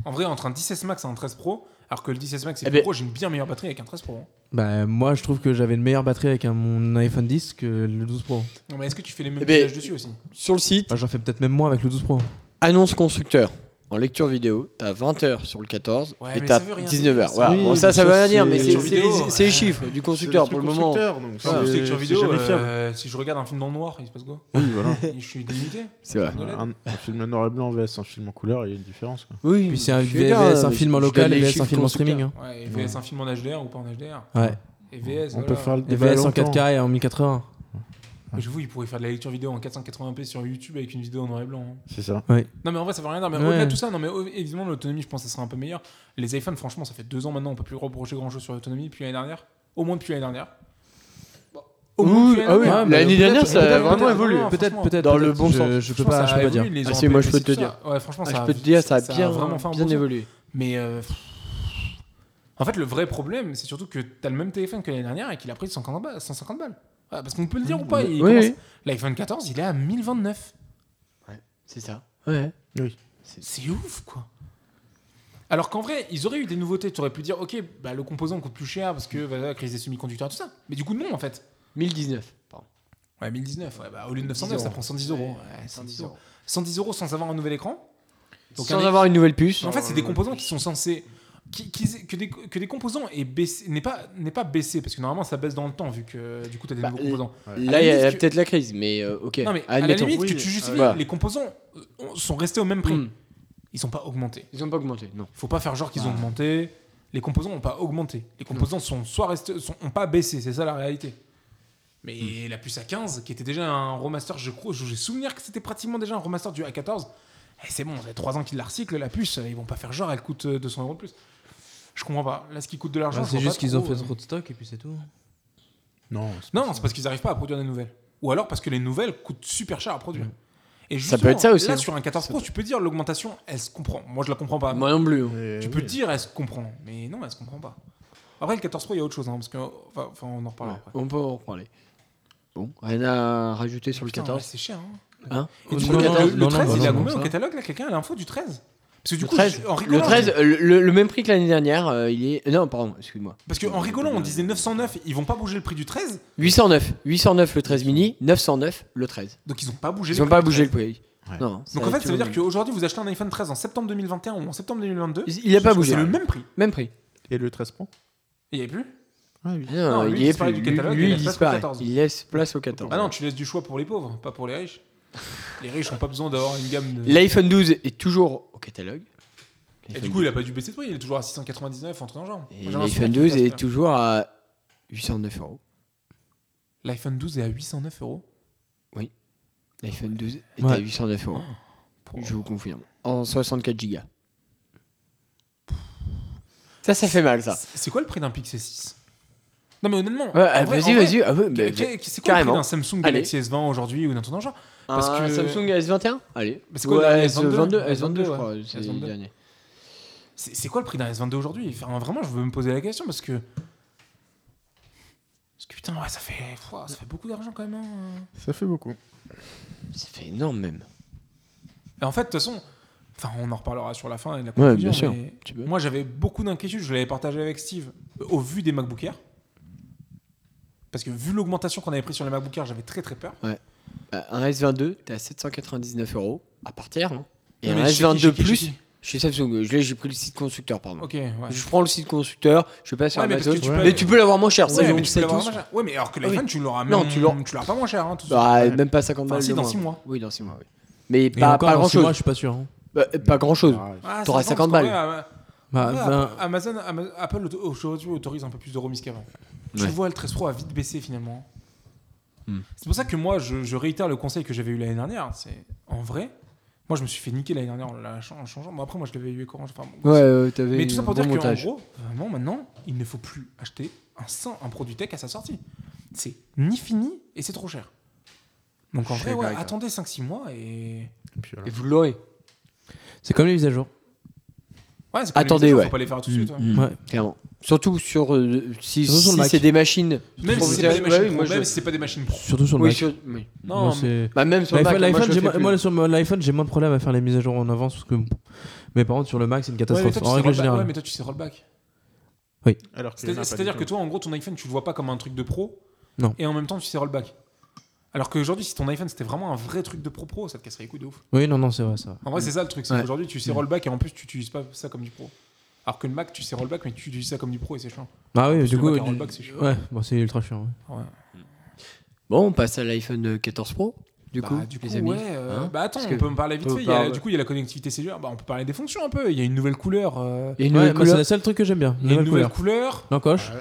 S2: En vrai, entre un 16 Max et un 13 Pro, alors que le 16 Max et
S1: Eh
S2: le
S1: ben-
S2: Pro, j'ai une bien meilleure batterie avec un 13 Pro. hein.
S3: Bah, moi, je trouve que j'avais une meilleure batterie avec un, mon iPhone 10 que le 12 Pro.
S2: Non, mais est-ce que tu fais les mêmes
S1: Eh ben-
S2: usages dessus aussi
S1: Sur le site,
S3: Enfin, j'en fais peut-être même moins avec le 12 Pro.
S1: Annonce constructeur. En lecture vidéo, t'as 20h sur le 14
S2: Ouais,
S1: et
S2: mais
S1: t'as
S2: ça veut rien
S1: 19h.
S2: dire,
S1: Voilà.
S4: ça.
S1: Bon,
S4: Oui,
S1: ça, ça
S4: mais
S1: veut
S4: ça,
S1: rien dire,
S4: c'est-
S1: mais c'est
S2: lecture
S1: c'est
S2: vidéo,
S1: les, c'est les
S2: ouais.
S1: chiffres du constructeur pour le moment.
S3: Ah,
S4: Donc,
S2: En plus, lecture vidéo,
S4: jamais fiable.
S2: euh, si je regarde un film dans le noir, il se passe quoi
S4: Oui, voilà.
S2: Je suis délimité.
S1: C'est vrai.
S2: *laughs* Voilà.
S4: un, un film en noir et blanc vs un film en couleur, il y a une différence. Quoi.
S1: Oui,
S3: Puis c'est un
S1: je suis d'accord,
S3: VS, un
S1: mais
S3: film en
S1: je
S3: local,
S1: donne
S3: et
S1: les
S3: VS, un
S1: chiffres
S3: film en
S1: constructeurs.
S3: streaming. hein.
S2: Ouais, et VS, un film en HDR ou pas en HDR
S3: Ouais.
S2: Et VS,
S4: On
S2: voilà.
S4: peut faire le
S3: Et
S4: débat
S3: VS en
S4: longtemps.
S3: 4K et en 1080.
S2: Mais j'avoue, ils pourraient faire de la lecture vidéo en 480p sur YouTube avec une vidéo en noir et blanc. hein.
S4: C'est ça.
S2: Non mais en vrai ça veut rien dire. Mais
S3: Ouais.
S2: au-delà de tout ça, non mais au- évidemment l'autonomie, je pense, que ça sera un peu meilleur. Les iPhones, franchement, ça fait deux ans maintenant, on peut plus reprocher grand-chose sur l'autonomie depuis l'année dernière. Au moins depuis l'année dernière. Au
S1: Oui,
S2: moins depuis
S1: ah oui.
S3: Ouais, mais
S1: L'année
S3: peut-être-
S1: dernière, ça a
S3: peut-être-
S1: vraiment
S3: peut-être-
S1: évolué.
S3: Peut-être,
S2: Franchement.
S3: peut-être.
S1: Dans le
S3: peut-être,
S1: bon
S3: je-
S1: sens.
S3: Je peux
S2: Franchement,
S3: pas,
S2: ça
S3: je peux
S2: a
S3: pas dire.
S2: évolué, ils
S1: Ah
S2: ont
S1: si,
S2: un
S1: moi,
S2: peu
S1: je peux
S2: baissé
S1: te
S2: tout
S1: dire.
S2: Ouais, franchement,
S1: Ah,
S2: ça
S1: je
S2: a-
S1: peux te dire, ça a
S2: ça a
S1: bien,
S2: vraiment fait un
S1: bien
S2: bon sens.
S1: évolué.
S2: Mais euh, pff. en fait, le vrai problème, c'est surtout que t'as le même téléphone que l'année dernière et qu'il a pris 150 balles. 150 balles. Ouais, parce qu'on peut le dire ou pas, il
S1: oui,
S2: commence-
S1: oui.
S2: l'iPhone 14, il est à 1029.
S1: C'est ça. Ouais.
S2: C'est ouf, quoi. Alors qu'en vrai, ils auraient eu des nouveautés. Tu aurais pu dire, ok, bah, le composant coûte plus cher parce que voilà, la crise des semi-conducteurs, tout ça. Mais du coup, non, en fait.
S1: 1019. Pardon.
S2: Ouais, 1019, ouais, bah, au lieu de 909, ça
S1: euros.
S2: prend 110 euros. Ouais, 110 euros. 110 euros sans avoir un nouvel écran. Donc,
S1: Sans
S2: un-
S1: avoir Euh, une nouvelle
S3: Bah,
S1: puce.
S2: En fait, c'est des composants qui sont censés. qui- qui- que, des, que des composants aient baissé- n'est pas, n'est pas baissé, parce que normalement ça baisse dans le temps, vu que du coup t'as des
S1: Bah,
S2: nouveaux
S1: l-
S2: composants.
S1: Là,
S2: à
S1: il y
S2: la
S1: a
S2: limite que-
S1: peut-être la crise, mais euh, ok.
S2: Non, mais à la
S1: Admettons.
S2: limite
S4: oui,
S2: que
S4: mais-
S2: tu justifies,
S4: euh,
S1: voilà.
S2: les composants euh, sont restés au même prix.
S1: Hmm.
S2: Ils sont pas augmentés.
S1: Ils ont pas augmenté, non.
S2: Faut pas faire genre qu'ils ont augmenté. Les composants n'ont pas augmenté. Les composants sont soit restés, sont, ont pas baissé. C'est ça la réalité. Mais la puce A15, qui était déjà un remaster, je crois, j'ai souvenir que c'était pratiquement déjà un remaster du A14. Eh, c'est bon, ça fait 3 ans qu'ils la recyclent, la puce. Ils vont pas faire genre, elle coûte euh, 200 euros de plus. Je comprends pas. Là, ce qui coûte de l'argent,
S3: Ah,
S2: je
S3: C'est
S2: vois
S3: juste
S2: pas
S3: qu'ils ont
S2: trop,
S3: fait
S2: euh.
S3: trop de stock et puis c'est tout.
S4: Non,
S3: Hmm.
S2: Non, c'est parce qu'ils arrivent pas à produire des nouvelles. Ou alors parce que les nouvelles coûtent super cher à produire. Et
S1: Ça
S2: justement,
S1: peut être ça aussi,
S2: Là,
S1: hein.
S2: sur un 14 Pro, tu peux dire l'augmentation, elle se comprend. Moi, je la comprends pas.
S1: Moi non plus. hein.
S2: tu peux dire, elle se comprend. Mais non, elle se comprend pas. Après, le 14 Pro, il y a autre chose. hein, parce que, enfin, enfin, on en reparlera après.
S1: On peut en reparler. Bon, rien à rajouter sur le
S2: Putain,
S1: 14
S2: ouais, C'est cher. hein.
S1: hein
S2: Et
S3: Non,
S2: du
S3: non,
S2: coup, le,
S3: non,
S2: le
S3: non,
S2: 13,
S3: non,
S2: il a
S3: non,
S2: combien
S3: ça.
S2: au catalogue là Quelqu'un a l'info du 13 Parce que du
S1: le
S2: coup,
S1: 13,
S2: je- en
S1: le,
S2: rigolant,
S1: 13 le, le- le même prix que l'année dernière, euh, il est. Non, pardon, excuse-moi.
S2: parce que en rigolant, on disait 909, ils vont pas bouger le prix du 13,
S1: 809, 809 le 13 mini, 909 le 13.
S2: donc ils ont pas bougé.
S1: Ils
S2: le
S1: n'ont
S2: prix
S1: pas
S2: du
S1: bougé le
S2: 13.
S1: prix.
S4: Ouais.
S1: Non,
S2: Donc en
S1: a
S2: fait,
S1: été
S2: ça veut
S1: le
S2: dire
S1: même.
S2: qu'aujourd'hui, vous achetez un iPhone 13 en septembre 2021 ou en septembre 2022,
S1: Il il a pas bougé.
S2: c'est le même prix.
S1: Même prix.
S4: Et le 13 Pro
S2: Il y avait plus
S4: Ah oui.
S1: Non,
S2: Non, lui, il
S1: il est
S2: disparaît
S1: plus-
S2: du catalogue,
S1: lui,
S2: il
S1: il
S2: laisse place au
S1: disparaît.
S2: 14.
S1: Il laisse place au 14.
S2: Ah non, tu laisses du choix pour les pauvres, pas pour les riches. Les riches ont pas besoin d'avoir une gamme de.
S1: L'iPhone 12 est toujours au catalogue.
S2: Et du coup, il a pas dû baisser de prix, il est toujours à 699 entre dans le genre.
S1: Et
S2: Moi, j'ai un souvenir
S1: L'iPhone
S2: qu'il
S1: 12
S2: passe
S1: est
S2: pas.
S1: toujours à 809 euros.
S2: L'iPhone 12 est à 809 euros.
S1: L'iPhone 12 est
S3: Ouais.
S1: à 809 euros. Je vous confirme. En 64 gigas. Ça, ça fait mal, ça.
S2: C'est quoi le prix d'un Pixel 6 Non mais honnêtement.
S1: Ouais,
S2: en vrai- en
S1: vas-y,
S2: vrai,
S1: vas-y. ah ouais,
S2: que-
S1: mais-
S2: que- C'est quoi le prix
S1: carrément.
S2: d'un Samsung
S1: Allez.
S2: Galaxy S20 aujourd'hui ou d'un truc dans le genre parce
S1: Un
S2: que-
S1: Samsung S21 Allez.
S2: Mais c'est quoi, le
S1: S22,
S2: S22,
S1: S22, je
S2: ouais.
S1: crois. C'est
S2: S22.
S1: le dernier.
S2: C'est c'est quoi le prix d'un S22 aujourd'hui Enfin, Vraiment, je veux me poser la question parce que. Parce que putain, ouais, ça fait, Pouah, ça fait beaucoup d'argent quand même. hein.
S4: *laughs* Ça fait beaucoup.
S1: Ça fait énorme, même.
S2: Et en fait, de toute façon, enfin, on en reparlera sur la fin et de la
S1: Ouais,
S2: conclusion.
S1: bien sûr.
S2: mais
S1: Tu peux.
S2: Moi, j'avais beaucoup d'inquiétudes. Je l'avais partagé avec Steve euh, au vu des MacBook Air. Parce que vu l'augmentation qu'on avait pris sur les MacBook Air, j'avais très très peur.
S1: Bah, un S22, t'es à 799 euros à partir. hein. Et
S2: Non,
S1: un
S2: mais je sais qui, je
S1: S22
S2: sais qui, je sais
S1: plus
S2: qui.
S1: chez Samsung. euh, Je l'ai- j'ai pris le site constructeur, pardon.
S2: Ok, ouais.
S1: Je prends le site constructeur, je passe sur
S2: Ouais, mais parce
S1: Amazon.
S2: que tu
S1: mais,
S2: peux-
S1: tu peux l'avoir moins cher, ça,
S2: Ouais,
S1: je
S2: mais
S1: le
S2: tu peux
S1: sais
S2: l'avoir
S1: tous.
S2: moins cher. Ouais, mais alors que
S1: Ah oui.
S2: l'iPhone, tu l'auras
S1: Non,
S2: même-
S1: tu l'auras-
S2: tu l'auras pas moins cher. hein, tout de suite.
S1: Bah, Même pas 50
S2: Enfin,
S1: balles.
S2: si,
S1: de
S2: dans
S1: moins.
S2: six mois.
S1: Oui, dans 6 mois. oui. Mais
S3: Et
S1: pas,
S3: encore,
S1: Bah, pas
S3: dans
S1: grand
S3: six mois,
S1: chose.
S3: je suis pas sûr. hein.
S1: pas grand chose.
S4: Ah, ouais.
S2: Ah, ça
S1: T'auras
S2: dépend,
S1: 50
S2: parce qu'en
S1: balles.
S2: vrai, euh,
S3: Bah,
S2: Ouais,
S1: ben-
S3: vingt-
S2: Apple- Amazon, Ama- Apple auto- aujourd'hui autorise un peu plus de remise qu'avant. Tu
S1: Ouais.
S2: vois, le 13 Pro a vite baissé finalement.
S1: Hmm.
S2: C'est pour ça que moi, je, je réitère le conseil que j'avais eu l'année dernière. C'est en vrai, moi, je me suis fait niquer l'année dernière en, la chan- en changeant. Bon, après, moi, je l'avais eu quand enfin, bon,
S1: Ouais, ouais, t'avais
S2: Mais tout ça
S1: un
S2: pour
S1: bon
S2: dire qu'en
S1: montage.
S2: gros, vraiment, maintenant, il ne faut plus acheter un, cin- un produit tech à sa sortie. C'est ni fini et c'est trop cher. Donc
S1: Je
S2: en
S1: suis
S2: vrai, ouais,
S1: d'accord avec toi.
S2: attendez 5-6 mois et.
S4: Et puis
S2: euh,
S4: voilà.
S1: Et vous l'aurez.
S3: C'est comme les mises à jour.
S2: Ouais, c'est comme les
S1: Attendez,
S2: mises à hein. jour,
S1: ouais.
S2: Faut pas les faire tout de suite. ouais.
S1: Mm, mm,
S3: Ouais.
S1: Clairement. Surtout sur. euh, si
S3: Surtout sur
S1: si
S3: le Mac.
S1: c'est des machines.
S2: Même
S1: Sur
S2: si c'est
S1: le
S2: pas des
S1: Mac,
S2: machines
S1: ouais,
S2: pro,
S1: moi, je-
S2: même si c'est pas des machines pro.
S3: Surtout sur le
S1: Oui,
S3: Mac.
S1: sur- oui.
S2: Non,
S3: Moi, c'est-
S1: Bah, même sur le Mac.
S3: L'iPhone,
S1: moi, je
S3: L'iPhone,
S1: le
S3: j'ai
S1: fais
S3: moins-
S1: plus.
S3: moi, sur mon- l'iPhone, j'ai moins de problèmes à faire les mises à jour en avance parce que bon, mes parents sur le Mac, c'est une
S2: Ouais, mais
S3: catastrophe.
S2: toi, tu
S3: en
S2: sais
S3: règle
S2: rollback.
S3: générale.
S2: Ouais, mais toi, tu sais rollback.
S4: Alors qu'il y en
S2: C'est-
S4: a pas
S2: C'est-à-dire
S4: du
S2: que
S4: tout.
S2: toi, en gros, ton iPhone, tu le vois pas comme un truc de pro.
S3: Non.
S2: Et en même temps, tu sais rollback. Alors qu'aujourd'hui, si ton iPhone c'était vraiment un vrai truc de pro-pro, ça te casserait les couilles de ouf.
S3: Oui, non, non, c'est vrai, ça.
S2: En vrai, c'est ça le truc. C'est
S1: Ouais.
S2: qu'aujourd'hui, tu sais rollback et en plus, tu utilises pas ça comme du pro. Alors que le Mac, tu sais rollback, mais tu utilises ça comme du pro et c'est chiant.
S3: Ah oui,
S2: Parce
S3: du
S2: que
S3: coup,
S2: le Mac à
S3: du-
S2: rollback, c'est chiant.
S3: ouais, bon, c'est ultra chiant. ouais.
S2: Ouais.
S1: Bon, on passe à l'iPhone 14 Pro. Du
S2: Bah,
S1: coup,
S2: du coup,
S1: les amis.
S2: ouais. euh,
S1: Hein
S2: bah attends,
S1: Parce
S2: on
S1: que-
S2: peut me parler vite
S1: on
S2: fait.
S1: peut
S2: Il y a-
S1: parler-
S2: du coup, il y a la connectivité cellulaire. Bah, on peut parler des fonctions un peu. Il y a une nouvelle couleur. euh,
S1: Et une nouvelle
S3: Ouais, bah, c'est
S1: couleur.
S3: le seul truc que j'aime
S2: il
S3: bien.
S2: y a
S3: Nouvelle
S2: une nouvelle
S3: couleur.
S2: couleur.
S3: L'encoche.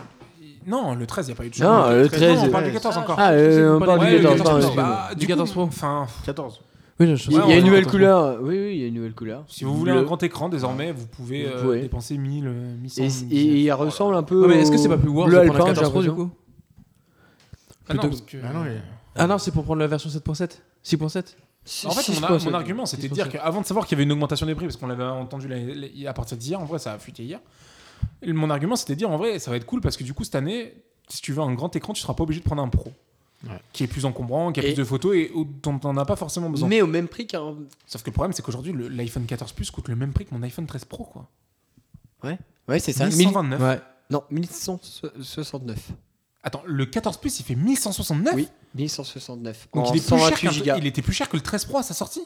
S2: Non, le 13, il n'y a pas eu de
S1: Non,
S2: changement.
S1: le
S2: Non, on
S1: 13.
S2: parle du 14 encore.
S1: Ah, euh, on
S3: Ouais,
S1: parle
S2: Ouais,
S1: du
S2: le
S1: 14
S2: 14,
S1: pardon,
S3: pardon,
S1: excusez-moi.
S2: bah,
S3: Du
S2: du coup,
S3: 14 Pro.
S2: Enfin,
S4: 14.
S3: Oui, je- je-
S1: Il y a-
S2: Ouais,
S1: il y a
S2: on
S1: une
S2: va
S1: nouvelle
S2: pas
S1: couleur. Oui, oui, il y a une nouvelle couleur.
S2: Si vous voulez
S1: Bleu.
S2: un grand écran, désormais, vous pouvez,
S1: Vous
S2: euh,
S1: pouvez.
S2: dépenser 1000, euh, 1100.
S1: Et, et il ressemble un peu.
S3: Ouais, mais est-ce que c'est
S1: au
S3: pas plus worse
S1: bleu
S3: de prendre
S1: alpin,
S3: la
S1: j'ai
S3: 14 Pro du
S1: l'impression.
S3: coup
S2: Ah non,
S3: plutôt-
S2: parce que-
S4: Ah non, mais-
S3: Ah non, c'est pour prendre la version 7.7 6.7
S2: En fait, mon,
S1: 6.7.
S2: a- mon argument, c'était de dire
S3: 6%.
S2: qu'avant de savoir qu'il y avait une augmentation des prix, parce qu'on l'avait entendu la- la- à partir d'hier, en vrai, ça a fuité hier. Et Mon argument, c'était de dire en vrai, ça va être cool parce que du coup, cette année, si tu veux un grand écran, tu seras pas obligé de prendre un pro.
S4: Ouais.
S2: Qui est plus encombrant, qui a
S1: Et-
S2: plus de photos et où- dont on n'a pas forcément besoin.
S1: Mais au même prix qu'un.
S2: Sauf que le problème, c'est qu'aujourd'hui, le- l'iPhone 14 Plus coûte le même prix que mon iPhone 13 Pro, quoi.
S1: Ouais, c'est ça. 1000
S2: 1129.
S3: Ouais.
S1: Non, 1169.
S2: Attends, le 14 Plus, il fait 1169
S1: Oui, 1169.
S2: Donc
S1: en
S2: il, est plus cher
S1: 128
S2: qu'un-
S1: gigas.
S2: il était plus cher que le 13 Pro à sa sortie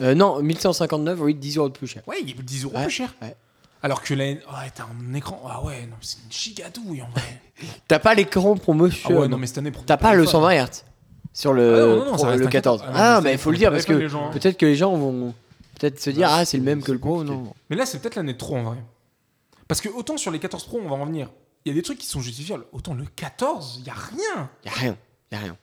S1: Euh, non, 1159, oui, 10 euros de plus cher.
S2: Ouais, il est 10 euros
S1: Ouais,
S2: plus cher.
S1: ouais.
S2: Alors que là, ouais, t'as un écran. Ah ouais, non, c'est une gigatouille en vrai.
S1: *laughs* T'as pas l'écran pour
S2: ah ouais,
S1: monsieur. euh,
S2: non, mais cette année, pour-
S1: T'as pas le
S2: ça-
S1: 120 Hz sur
S2: Ah non,
S1: le,
S2: non, non,
S1: Pro-
S2: ça reste
S1: le
S2: un
S1: 14.
S2: 14. Ah
S1: Ah,
S2: non, mais
S1: mais
S2: c'est-
S1: il faut le dire
S2: ça
S1: parce
S2: dépend
S1: que
S2: des gens, hein.
S1: peut-être que les gens vont peut-être se dire
S4: Ouais,
S1: Ah, c'est le
S4: c'est-
S1: même que le
S4: c'est
S1: Pro.
S4: compliqué.
S1: Non.
S2: Mais là, c'est peut-être l'année de trop en vrai. Parce que autant sur les 14 Pro, on va en venir. Il y a des trucs qui sont justifiables. Autant le 14, il y a rien.
S1: Y a rien. Y a rien.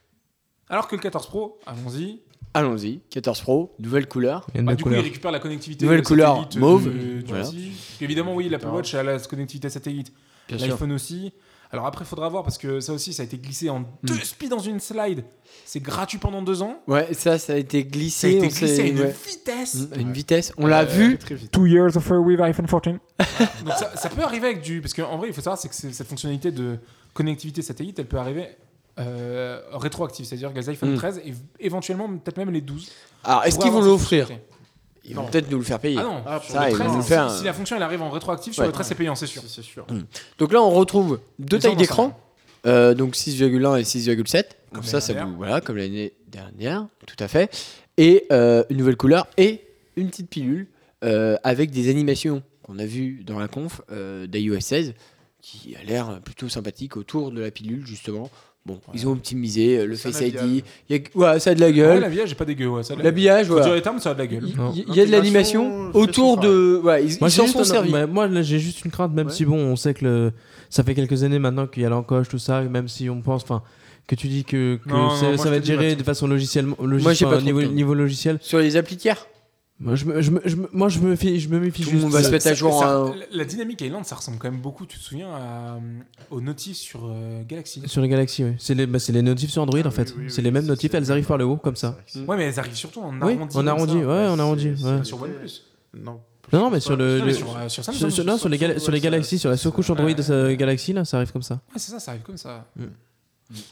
S2: Alors que le 14 Pro, allons-y.
S1: Allons-y, 14 Pro, nouvelle couleur.
S3: Il y a une
S2: Bah,
S3: nouvelle
S2: du coup,
S3: couleur.
S2: il récupère la connectivité.
S1: Nouvelle
S2: euh,
S1: couleur
S2: satellite,
S1: mauve.
S2: euh, du
S1: Voilà.
S2: petit. Évidemment, oui, l'Apple Watch a la connectivité satellite.
S1: Bien sûr.
S2: L'iPhone aussi. Alors après, faudra voir parce que ça aussi, ça a été glissé
S1: Hmm.
S2: en deux speeds dans une slide. C'est gratuit pendant deux ans.
S1: Ouais, ça, ça a été
S2: Ça a
S1: glissé.
S2: été
S1: on
S2: glissé
S1: s'est-
S2: à une
S1: ouais.
S2: vitesse.
S1: Mm, à une vitesse. On l'a vu.
S4: Très vite.
S5: Two years of her with iPhone 14.
S2: Donc ça, ça peut arriver avec du. Parce qu'en vrai, il faut savoir c'est que c'est- cette fonctionnalité de connectivité satellite, elle peut arriver euh, rétroactive. C'est-à-dire que les iPhone
S1: Mm.
S2: 13 et éventuellement peut-être même les 12.
S1: Alors, Ah, est-ce
S2: pourraient
S1: qu'ils vont
S2: avoir cette
S1: l'offrir
S2: fonctionnalité.
S1: Ils vont
S2: Non.
S1: peut-être nous le faire payer.
S2: Ah non,
S4: Ah,
S2: sur
S1: ça,
S2: le
S1: ils vont
S2: 13,
S1: nous faire
S2: si,
S1: un-
S2: si la fonction elle arrive en rétroactif, sur
S1: Ouais.
S2: le 13 c'est payant, c'est sûr.
S4: Si, C'est sûr.
S1: Donc là, on retrouve deux
S2: Mais ça, on
S1: tailles
S2: en
S1: d'écran, euh, donc 6,1 et 6,7. Comme
S2: Comme
S1: ça, ça
S2: l'année
S1: vous, voilà, comme l'année dernière, tout à fait. Et euh, une nouvelle couleur et une petite pilule euh, avec des animations qu'on a vues dans la conf euh, d'iOS 16, qui a l'air plutôt sympathique autour de la pilule justement. Bon, ils ont optimisé euh, le
S4: Ça,
S1: Face
S4: la
S1: ID. Il y a- ouais, ça a de la gueule.
S2: Ouais, la vieille, j'ai pas dégueu. Ouais, ça,
S1: L'habillage,
S2: Faut dire
S1: voilà.
S2: les termes, ça a de la
S1: Il
S2: gueule.
S3: Non.
S1: il y a de l'animation
S4: L'intégration,
S1: autour
S4: c'est
S1: de. Voilà, ils ils
S3: Moi, j'ai
S1: s'en
S3: juste
S1: sont
S3: un-
S1: servis.
S3: mais moi, là, j'ai juste une crainte, même
S1: Ouais.
S3: si bon, on sait que le- ça fait quelques années maintenant qu'il y a l'encoche, tout ça, et même si on pense, enfin, que tu dis que, que
S2: Non, non,
S3: c'est-
S2: moi,
S3: ça
S2: je
S3: va
S2: te
S3: être
S2: dis,
S3: géré
S2: Mathieu.
S3: de façon logicielle, logicielle
S1: Moi, j'ai pas
S3: enfin,
S1: trop
S3: niveau,
S1: de temps.
S3: niveau logiciel.
S1: Sur les applis tiers,
S3: Moi, je me, je me- je me- moi, je me fie- je me méfie
S1: Tout le
S3: juste.
S1: monde va
S3: Ça-
S1: se mettre à
S2: Ça-
S1: jour
S2: ça-
S1: en-
S2: la- La dynamique Island, ça ressemble quand même beaucoup, tu te souviens, à, euh, aux notifs sur euh, Galaxy.
S3: Sur les Galaxy, oui. C'est les, bah, c'est les notifs sur Android, en
S4: Ah,
S3: fait.
S4: oui, oui,
S3: c'est
S4: oui,
S3: les mêmes
S4: c'est-
S3: notifs,
S4: c'est-
S3: elles arrivent par le haut, comme ça.
S4: c'est vrai que
S2: Ouais, mais elles arrivent surtout en
S3: Oui,
S2: arrondi.
S3: on
S2: comme
S3: arrondit,
S2: ça.
S3: ouais, on
S4: c'est-
S3: arrondit.
S4: c'est-
S3: ouais.
S4: c'est-
S2: Sur OnePlus.
S4: Non.
S3: Non, non, mais sur le-
S2: Non, mais
S3: le-
S2: sur, euh, sur Samsung.
S3: Sur- sur- non, sur les, Gal-
S4: sur-
S3: sur les
S4: ouais,
S3: Galaxy,
S4: ça-
S3: sur la surcouche
S2: ouais,
S3: Android de
S2: ouais.
S3: sa Galaxy, là, ça arrive comme ça.
S2: Ouais, c'est ça, ça arrive comme ça.
S3: Mm.